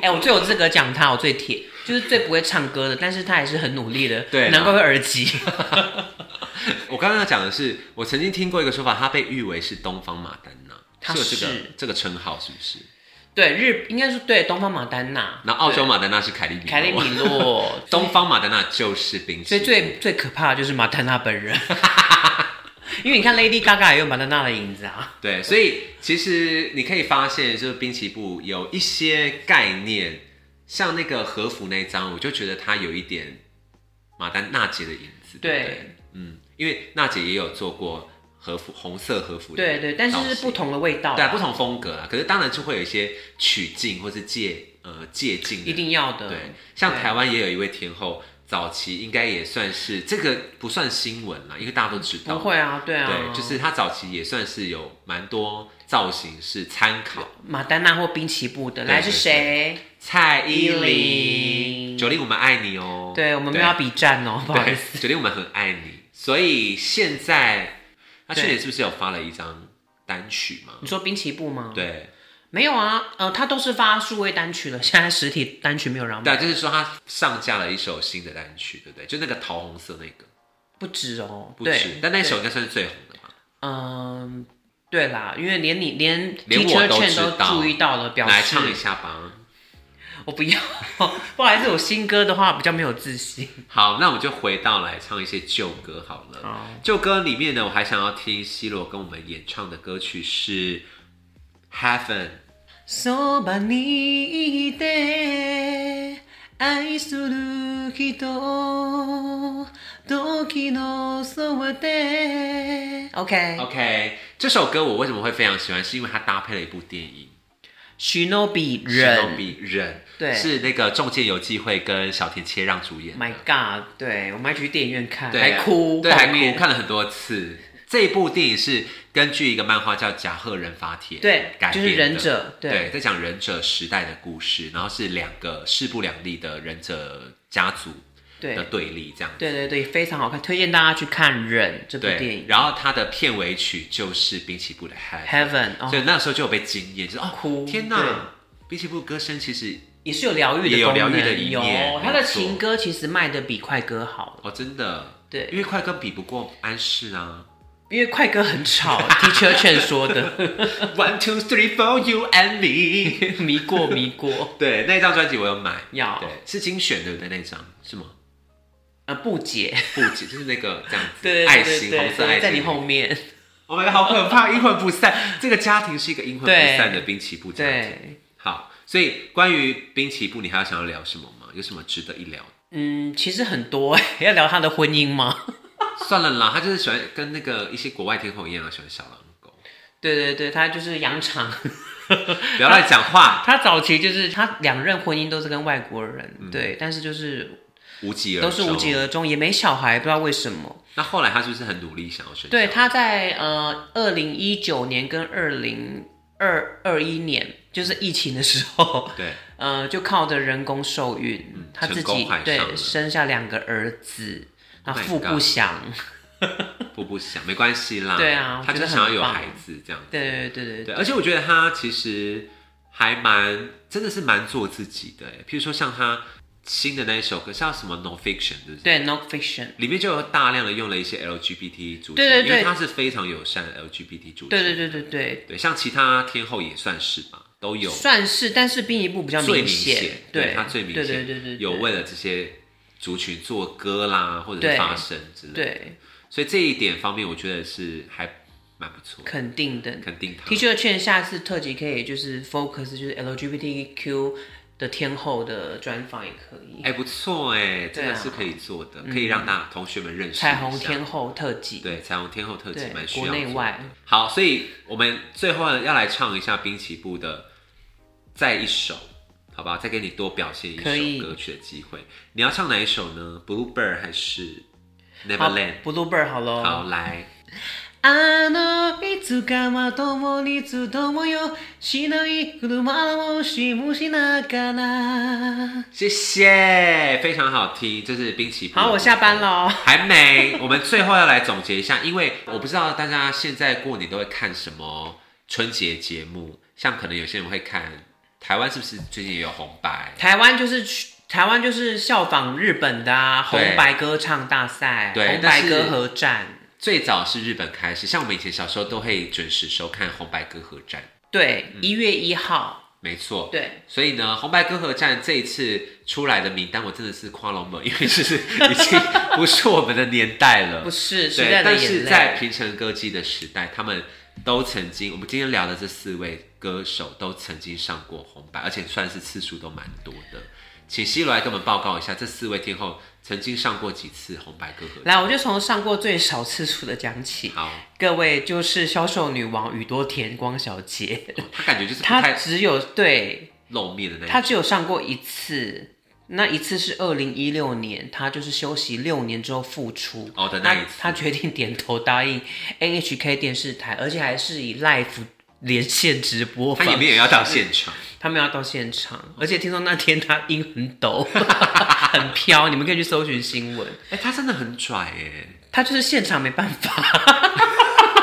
Speaker 2: 哎、我最有资格讲他，我最铁，就是最不会唱歌的，但是他也是很努力的，
Speaker 1: 对啦
Speaker 2: 难怪会耳 机。
Speaker 1: 我刚刚要讲的是，我曾经听过一个说法，他被誉为是东方马丹娜，
Speaker 2: 他
Speaker 1: 是有这个
Speaker 2: 是
Speaker 1: 这个称号，是不是？
Speaker 2: 对日应该是对东方马丹娜，
Speaker 1: 然后澳洲马丹娜是凯莉米，
Speaker 2: 凯莉米， 洛，
Speaker 1: 东方马丹娜就是冰
Speaker 2: 所
Speaker 1: 淇
Speaker 2: 以
Speaker 1: 淋。
Speaker 2: 最最可怕的就是马丹娜本 人，因为你看 Lady Gaga 也有马丹娜的影子啊。
Speaker 1: 对，所以其实你可以发现，就是滨崎步有一些概念，像那个和服那一张，我就觉得它有一点马丹娜姐的影子。对不
Speaker 2: 对
Speaker 1: 对，嗯，因为娜姐也有做过和服，红色和服的
Speaker 2: 对对，但
Speaker 1: 造
Speaker 2: 是
Speaker 1: 型
Speaker 2: 是不，同的味道，
Speaker 1: 对啊、不，同风格啊。可是当然就会有一些取径或是借呃借镜的
Speaker 2: 一定要的。
Speaker 1: 对，像
Speaker 2: 对
Speaker 1: 台湾也有一位天后，早期应该也算是这个不算新闻啦，因为大家都知道。
Speaker 2: 不会啊，对啊，
Speaker 1: 对，就是她早期也算是有蛮多造型是参考。
Speaker 2: 马丹娜或滨崎步的，
Speaker 1: 对
Speaker 2: 来是谁？
Speaker 1: 蔡依
Speaker 2: 依
Speaker 1: 林，
Speaker 2: 林
Speaker 1: 九零我们爱你哦。
Speaker 2: 对，我们没有要 比战哦，不好意
Speaker 1: 对
Speaker 2: 思。，
Speaker 1: 九零我们很爱你。所以现在她去
Speaker 2: 对
Speaker 1: 年是不是有发了一张单曲嘛？
Speaker 2: 你说滨崎步吗？，
Speaker 1: 对，
Speaker 2: 没有啊，呃，他都是发数位单曲了，现在实体单曲没有人
Speaker 1: 对啊，
Speaker 2: 买，
Speaker 1: 就是说她上架了一首新的单曲，对不对？就那个桃红色那个，
Speaker 2: 不止哦，
Speaker 1: 不
Speaker 2: 对
Speaker 1: 止，，但那首
Speaker 2: 对，
Speaker 1: 应该算是最红的吧？
Speaker 2: 嗯，对啦，因为连你连
Speaker 1: 连
Speaker 2: Teacher
Speaker 1: 我都
Speaker 2: Chen
Speaker 1: 知
Speaker 2: 都
Speaker 1: 道
Speaker 2: 注意到了，表
Speaker 1: 来
Speaker 2: 示
Speaker 1: 唱一下吧。
Speaker 2: 我不要，不好意思，我新歌的话比较没有自信。
Speaker 1: 好，那我们就回到来唱一些旧歌好了。
Speaker 2: 好
Speaker 1: 旧歌里面呢，我还想要听 C 罗跟我们演唱的歌曲是《Heaven》。
Speaker 2: そばにいて愛する人時のそばで OK
Speaker 1: OK，这首歌我为什么会非常喜欢，是因为它搭配了一部电影
Speaker 2: 许诺比
Speaker 1: 《
Speaker 2: 人
Speaker 1: 比人》，
Speaker 2: 对
Speaker 1: 是那个中介有机会跟小田切让主演的。
Speaker 2: My God，对我们还去电影院看，
Speaker 1: 对，啊
Speaker 2: 还哭，
Speaker 1: 对，
Speaker 2: 后
Speaker 1: 还
Speaker 2: 面
Speaker 1: 哭，看了很多次。这部电影是根据一个漫画叫《甲贺忍法帖》
Speaker 2: 对
Speaker 1: 改，
Speaker 2: 就
Speaker 1: 编
Speaker 2: 是
Speaker 1: 的
Speaker 2: 忍者，
Speaker 1: 对，
Speaker 2: 对，
Speaker 1: 在讲忍者时代的故事，然后是两个势不两立的忍者家族
Speaker 2: 对，
Speaker 1: 的
Speaker 2: 对，
Speaker 1: 对立这样子。
Speaker 2: 对对对，非常好看，推荐大家去看《忍》这部电
Speaker 1: 对，
Speaker 2: 影
Speaker 1: 然后它的片尾曲就是滨崎步的《Heaven》，
Speaker 2: Heaven，
Speaker 1: 所以
Speaker 2: 哦，
Speaker 1: 那时候就有被惊艳，就是哦，
Speaker 2: 啊哭
Speaker 1: 天
Speaker 2: 对
Speaker 1: 哪！滨崎步歌声其实
Speaker 2: 也是有疗愈
Speaker 1: 也
Speaker 2: 的
Speaker 1: 有
Speaker 2: 功
Speaker 1: 疗
Speaker 2: 能，
Speaker 1: 愈的一面
Speaker 2: 有
Speaker 1: 没
Speaker 2: 他的
Speaker 1: 错
Speaker 2: 情歌其实卖的比快歌好，
Speaker 1: 哦，真的，
Speaker 2: 对
Speaker 1: 因为快歌比不过安室 啊。
Speaker 2: 因为快歌很吵，Teacher 劝说的，
Speaker 1: One two three for you and me。
Speaker 2: 迷过迷过，
Speaker 1: 对，那张专辑我有买，
Speaker 2: 要
Speaker 1: 对，是精选对不对？那张是吗？
Speaker 2: 呃不解，
Speaker 1: 不仅就是那个这样子，
Speaker 2: 对对对
Speaker 1: 爱心
Speaker 2: 对
Speaker 1: 红色
Speaker 2: 对
Speaker 1: 爱心
Speaker 2: 在你后面，
Speaker 1: 我们好可怕，阴魂不散。这个家庭是一个阴魂不散的
Speaker 2: 对
Speaker 1: 滨崎步家庭。
Speaker 2: 对，
Speaker 1: 好，所以关于滨崎步，你还要想要聊什么吗？有什么值得一聊？
Speaker 2: 嗯，其实很多， 要聊他的婚姻吗？
Speaker 1: 算了啦，他就是喜欢跟那个一些国外天后一样啊，喜欢小狼狗。
Speaker 2: 对对对，他就是扬长，
Speaker 1: 不要乱讲话，
Speaker 2: 他早期就是他两任婚姻都是跟外国人，
Speaker 1: 嗯
Speaker 2: 对，但是就是
Speaker 1: 无疾而
Speaker 2: 都是无疾
Speaker 1: 终。
Speaker 2: 而终，也没小孩，不知道为什么。
Speaker 1: 那后来他是不是很努力想要生？
Speaker 2: 对，，他在呃二零一九年跟二零二二一年，就是疫情的时候，
Speaker 1: 对，
Speaker 2: 呃，就靠着人工受孕，
Speaker 1: 嗯
Speaker 2: 他自
Speaker 1: 成功
Speaker 2: 己
Speaker 1: 怀上了
Speaker 2: 对生下两个儿子，啊，
Speaker 1: Oh my
Speaker 2: 腹不
Speaker 1: God
Speaker 2: 详，
Speaker 1: 不不想，没关系啦。
Speaker 2: 对啊
Speaker 1: 他就是
Speaker 2: 我觉得很
Speaker 1: 想要有
Speaker 2: 棒
Speaker 1: 孩子这样子。
Speaker 2: 对对对对
Speaker 1: 对，而且我觉得他其实还蛮，真的是蛮做自己的欸耶。譬如说像他新的那一首歌叫什么《No Fiction》，对不对？
Speaker 2: 对，no fiction，
Speaker 1: 里面就有大量的用了一些 LGBT 主题，
Speaker 2: 对对对
Speaker 1: 因为他是非常友善 LGBT 主题。
Speaker 2: 对对对对对，
Speaker 1: 对像其他天后也算是吧，都有
Speaker 2: 算是，但是殡仪部比较
Speaker 1: 最明
Speaker 2: 显，
Speaker 1: 对
Speaker 2: 对，
Speaker 1: 他最明
Speaker 2: 对
Speaker 1: 显，
Speaker 2: 对对对，对
Speaker 1: 有为了这些族群做歌啦，或者是
Speaker 2: 对
Speaker 1: 发声之类的，
Speaker 2: 对
Speaker 1: 所以这一点方面，我觉得是还蛮不错，
Speaker 2: 肯定的。
Speaker 1: 肯定他
Speaker 2: T。恤券下次特辑可以就是 focus 就是 LGBTQ 的天后的专访也可以，
Speaker 1: 哎、不错哎，这
Speaker 2: 对
Speaker 1: 个
Speaker 2: 啊
Speaker 1: 是可以做的，可以让大同学们认识
Speaker 2: 彩虹
Speaker 1: 一下
Speaker 2: 天后特辑，
Speaker 1: 对彩虹天后特辑
Speaker 2: 对
Speaker 1: 蛮，需要
Speaker 2: 国内
Speaker 1: 做
Speaker 2: 外，
Speaker 1: 好，所以我们最后要来唱一下滨崎步的《再一首》，好吧？再给你多表现一
Speaker 2: 可以
Speaker 1: 首歌曲的机会。你要唱哪一首呢？Bluebird 还是 Neverland？
Speaker 2: Bluebird 好喽。
Speaker 1: 好，来，
Speaker 2: あの水がまともに集うよ白い車をしむしながら。
Speaker 1: 谢谢，非常好听，这是滨崎步。
Speaker 2: 好，我下班。喽。
Speaker 1: 还没，我们最后要来总结一下，因为我不知道大家现在过年都会看什么春节节目，像可能有些人会看台湾是不是最近也有红白？
Speaker 2: 台湾就是去台湾就是效仿日本的、啊、
Speaker 1: 对
Speaker 2: 红白歌唱大赛、
Speaker 1: 对
Speaker 2: 红
Speaker 1: 但
Speaker 2: 白
Speaker 1: 是
Speaker 2: 歌合战。
Speaker 1: 最早是日本开始，像我们以前小时候都会准时收看红白歌合战。
Speaker 2: 对，一、月一号，
Speaker 1: 没错，
Speaker 2: 对，
Speaker 1: 所以呢，红白歌合战这一次出来的名单，我真的是夸龙门，因为就是已经不是我们的年代了，
Speaker 2: 不是时
Speaker 1: 对
Speaker 2: 代，的
Speaker 1: 但
Speaker 2: 眼
Speaker 1: 是在
Speaker 2: 泪。
Speaker 1: 平成歌姬的时代，他们都曾经，我们今天聊的这四位歌手都曾经上过红白，而且算是次数都蛮多的。请西罗来跟我们报告一下，这四位天后曾经上过几次红白歌合战？
Speaker 2: 来，我就从上过最少次数的讲起。
Speaker 1: 好，
Speaker 2: 各位就是销售女王宇多田光小姐，
Speaker 1: 哦他感觉就是不
Speaker 2: 她
Speaker 1: 太嗯
Speaker 2: 只有对
Speaker 1: 露面的那一
Speaker 2: 她
Speaker 1: 种。
Speaker 2: 只有上过一次，那一次是二零一六年，她就是休息六年之后复出。
Speaker 1: 哦的那一
Speaker 2: 她
Speaker 1: 次
Speaker 2: 她决定点头答应 NHK 电视台，而且还是以 live 连线直播
Speaker 1: 他
Speaker 2: 方
Speaker 1: 也没有要到现场，
Speaker 2: 他们要到现场，而且听说那天他音很抖， 很飘，你们可以去搜寻新闻。
Speaker 1: 哎、他真的很拽哎，
Speaker 2: 他就是现场没办法，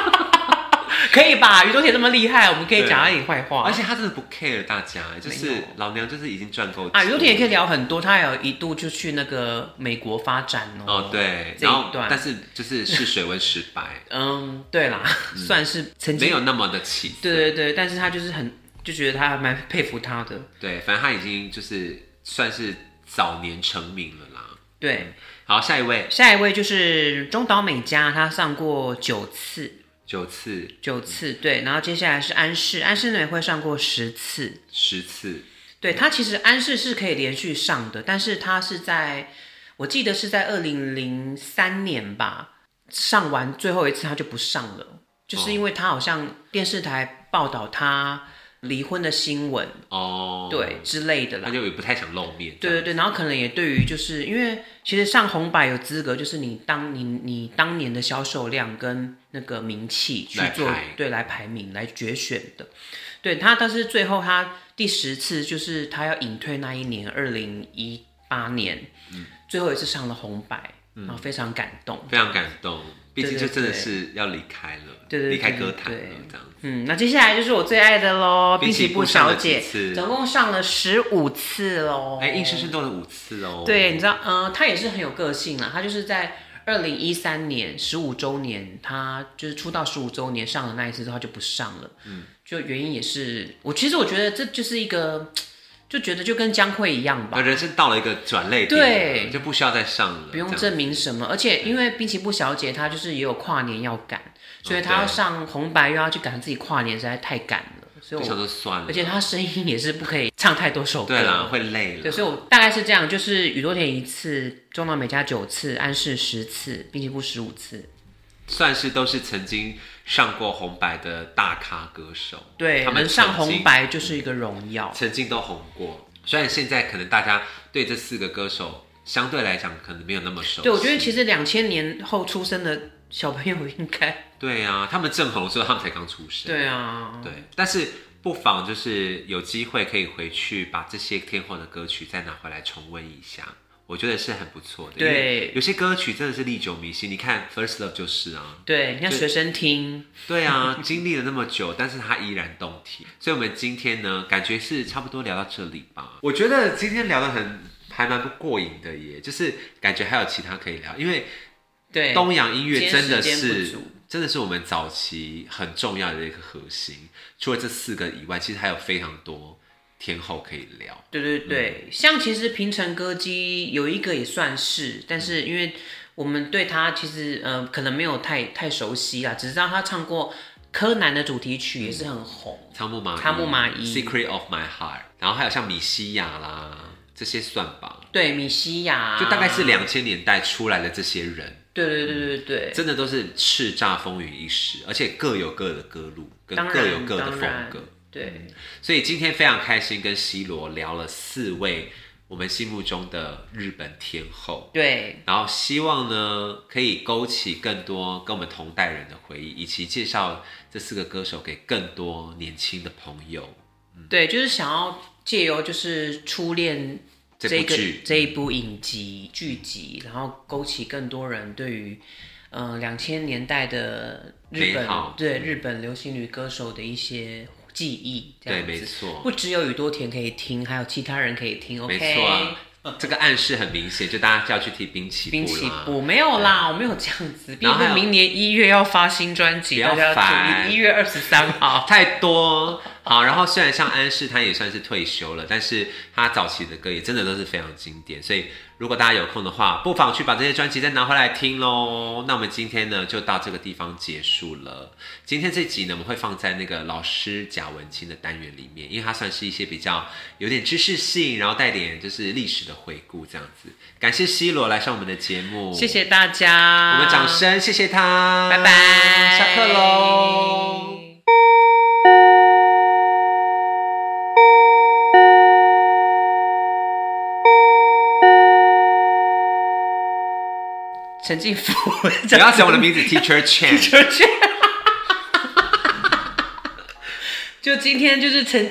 Speaker 2: 可以吧？于东田那么厉害，我们可以讲他一点坏话。
Speaker 1: 而且他真的不 care 大家哎，就
Speaker 2: 没有
Speaker 1: 是老娘就是已经赚够
Speaker 2: 啊，
Speaker 1: 钱
Speaker 2: 于东田也可以聊很多，他还有一度就去那个美国发展哦。
Speaker 1: 哦，对，
Speaker 2: 这一
Speaker 1: 然后
Speaker 2: 段，
Speaker 1: 但是就是试水温失败
Speaker 2: 嗯，对啦， 算是 曾
Speaker 1: 没
Speaker 2: 经
Speaker 1: 有那么的起色
Speaker 2: 对对对，但是他就是很就觉得他还蛮佩服他的。
Speaker 1: 对，反正他已经就是算是早年成名了啦。
Speaker 2: 对，
Speaker 1: 好，下一位
Speaker 2: 下一位就是中岛美嘉，她上过九次。
Speaker 1: 九次、
Speaker 2: 九次，对，然后接下来是安室，安室奈美惠上过十次，
Speaker 1: 十次，
Speaker 2: 对他其实安室是可以连续上的，但是他是在我记得是在二零零三年吧，上完最后一次他就不上了，就是因为他好像电视台报道他离婚的新闻，
Speaker 1: 哦，
Speaker 2: 对、，之类的啦
Speaker 1: 他。就也不太想露面。
Speaker 2: 对对对，然后可能也对于就是因为其实上红白有资格，就是你当你你当年的销售量跟那个名气去
Speaker 1: 来
Speaker 2: 做
Speaker 1: 排
Speaker 2: 对来排名来决选的。对他，但是最后他第十次就是他要隐退那一年，二零一八年，
Speaker 1: 嗯
Speaker 2: 最后一次上了红白，然后非常感动。
Speaker 1: 非常感动，毕竟
Speaker 2: 对
Speaker 1: 就
Speaker 2: 对
Speaker 1: 真的
Speaker 2: 对
Speaker 1: 是要离开了，
Speaker 2: 对对对
Speaker 1: 离开歌坛
Speaker 2: 对
Speaker 1: 了
Speaker 2: 对
Speaker 1: 这样子。
Speaker 2: 嗯，那接下来就是我最爱的喽，
Speaker 1: 滨
Speaker 2: 滨
Speaker 1: 崎
Speaker 2: 崎
Speaker 1: 步
Speaker 2: 步
Speaker 1: 上
Speaker 2: 小
Speaker 1: 了几
Speaker 2: 姐
Speaker 1: 次，
Speaker 2: 总共上了十五次喽。
Speaker 1: 哎，硬生生动了五次哦。
Speaker 2: 对，你知道，嗯、他也是很有个性啦。他就是在二零一三年十五周年，他就是出道十五周年上的那一次之后，他就不上了。嗯，就原因也是我，其实我觉得这就是一个，就觉得就跟江蕙一样
Speaker 1: 呃，
Speaker 2: 吧，
Speaker 1: 人生到了一个转类点，
Speaker 2: 对
Speaker 1: 就不需要再上了，
Speaker 2: 不用
Speaker 1: 这样
Speaker 2: 证明什么。而且因为滨崎步小姐她就是也有跨年要赶，所以
Speaker 1: 嗯
Speaker 2: 她要
Speaker 1: 对
Speaker 2: 上红白又要去赶自己跨年，实在太赶了。所
Speaker 1: 就
Speaker 2: 以
Speaker 1: 想
Speaker 2: 我，
Speaker 1: 说算了
Speaker 2: 而。且她声音也是不可以唱太多首歌。
Speaker 1: 对啦，会累了
Speaker 2: 对，。所以我大概是这样，就是宇多田一次，中岛美嘉九次，安室十次，滨崎步十五次。
Speaker 1: 算是都是曾经上过红白的大咖歌手，
Speaker 2: 对，
Speaker 1: 他们
Speaker 2: 能上
Speaker 1: 曾经
Speaker 2: 红白就是一个荣耀。
Speaker 1: 曾经都红过。虽然现在可能大家对这四个歌手相对来讲可能没有那么熟悉，
Speaker 2: 对，我觉得其实两千年后出生的小朋友应该
Speaker 1: 对啊，他们正红的时候他们才刚出生，
Speaker 2: 对啊，
Speaker 1: 对但是不妨就是有机会可以回去把这些天后的歌曲再拿回来重温一下，我觉得是很不错的。
Speaker 2: 对
Speaker 1: 因为有些歌曲真的是历久弥新，你看《First Love》就是啊，
Speaker 2: 对，你看
Speaker 1: 对
Speaker 2: 学生听，
Speaker 1: 对 啊，经历了那么久，但是它依然动听。所以，我们今天呢，感觉是差不多聊到这里吧。我觉得今天聊得很还蛮不过瘾的耶，就是感觉还有其他可以聊，因为
Speaker 2: 对，
Speaker 1: 东洋音乐
Speaker 2: 今天
Speaker 1: 真的
Speaker 2: 时间不
Speaker 1: 是
Speaker 2: 足
Speaker 1: 真的是我们早期很重要的一个核心。除了这四个以外，其实还有非常多天后可以聊。
Speaker 2: 对对对，
Speaker 1: 嗯
Speaker 2: 像其实平成歌姬有一个也算是，但
Speaker 1: 嗯
Speaker 2: 是因为我们对他其实呃可能没有太太熟悉啦，只知道他唱过柯南的主题曲也是很红。
Speaker 1: 仓木麻衣
Speaker 2: 仓木麻衣
Speaker 1: Secret of My Heart，然后还有像米西亚啦，这些算吧，
Speaker 2: 对，米西亚，啊
Speaker 1: 就大概是两千年代出来的这些人。
Speaker 2: 对对对对对对，
Speaker 1: 真的都是叱咤风云一时，而且各有各的歌路，跟
Speaker 2: 当然
Speaker 1: 各有各的
Speaker 2: 当
Speaker 1: 风
Speaker 2: 然
Speaker 1: 格。
Speaker 2: 对
Speaker 1: 所以今天非常开心跟西罗聊了四位我们心目中的日本天后，
Speaker 2: 对
Speaker 1: 然后希望呢可以勾起更多跟我们同代人的回忆，以及介绍这四个歌手给更多年轻的朋友。
Speaker 2: 对，就是想要借由就是初恋
Speaker 1: 这
Speaker 2: 这
Speaker 1: 部
Speaker 2: 个
Speaker 1: 剧
Speaker 2: 这一部影集剧集，然后勾起更多人对于呃两千年代的日
Speaker 1: 美
Speaker 2: 本
Speaker 1: 好嗯
Speaker 2: 对日本流行女歌手的一些记忆，这
Speaker 1: 对，
Speaker 2: 样
Speaker 1: 没
Speaker 2: 子。
Speaker 1: 错，
Speaker 2: 不只有宇多田可以听，还有其他人可以听。OK，
Speaker 1: 没错啊，这个暗示很明显，就大家就要去听滨崎
Speaker 2: 滨
Speaker 1: 步
Speaker 2: 崎
Speaker 1: 啦。
Speaker 2: 步没有啦，我没有这样子。毕
Speaker 1: 然后还有
Speaker 2: 竟明年一月要发新专
Speaker 1: 不
Speaker 2: 辑，
Speaker 1: 要
Speaker 2: 大家要
Speaker 1: 烦 哦
Speaker 2: 注意。一月二十三号，
Speaker 1: 太多好，然后虽然像安室他也算是退休了，但是他早期的歌也真的都是非常经典，所以如果大家有空的话，不妨去把这些专辑再拿回来听喽。那我们今天呢就到这个地方结束了。今天这集呢我们会放在那个老师贾文清的单元里面，因为它算是一些比较有点知识性，然后带点就是历史的回顾这样子。感谢 C 罗来上我们的节目，
Speaker 2: 谢谢大
Speaker 1: 我
Speaker 2: 家，
Speaker 1: 们掌，声，谢谢他，
Speaker 2: 拜拜，
Speaker 1: 下课喽。
Speaker 2: 陈静福，
Speaker 1: 不要讲我的名字，Teacher Chan，
Speaker 2: 出去。就今天就是陈，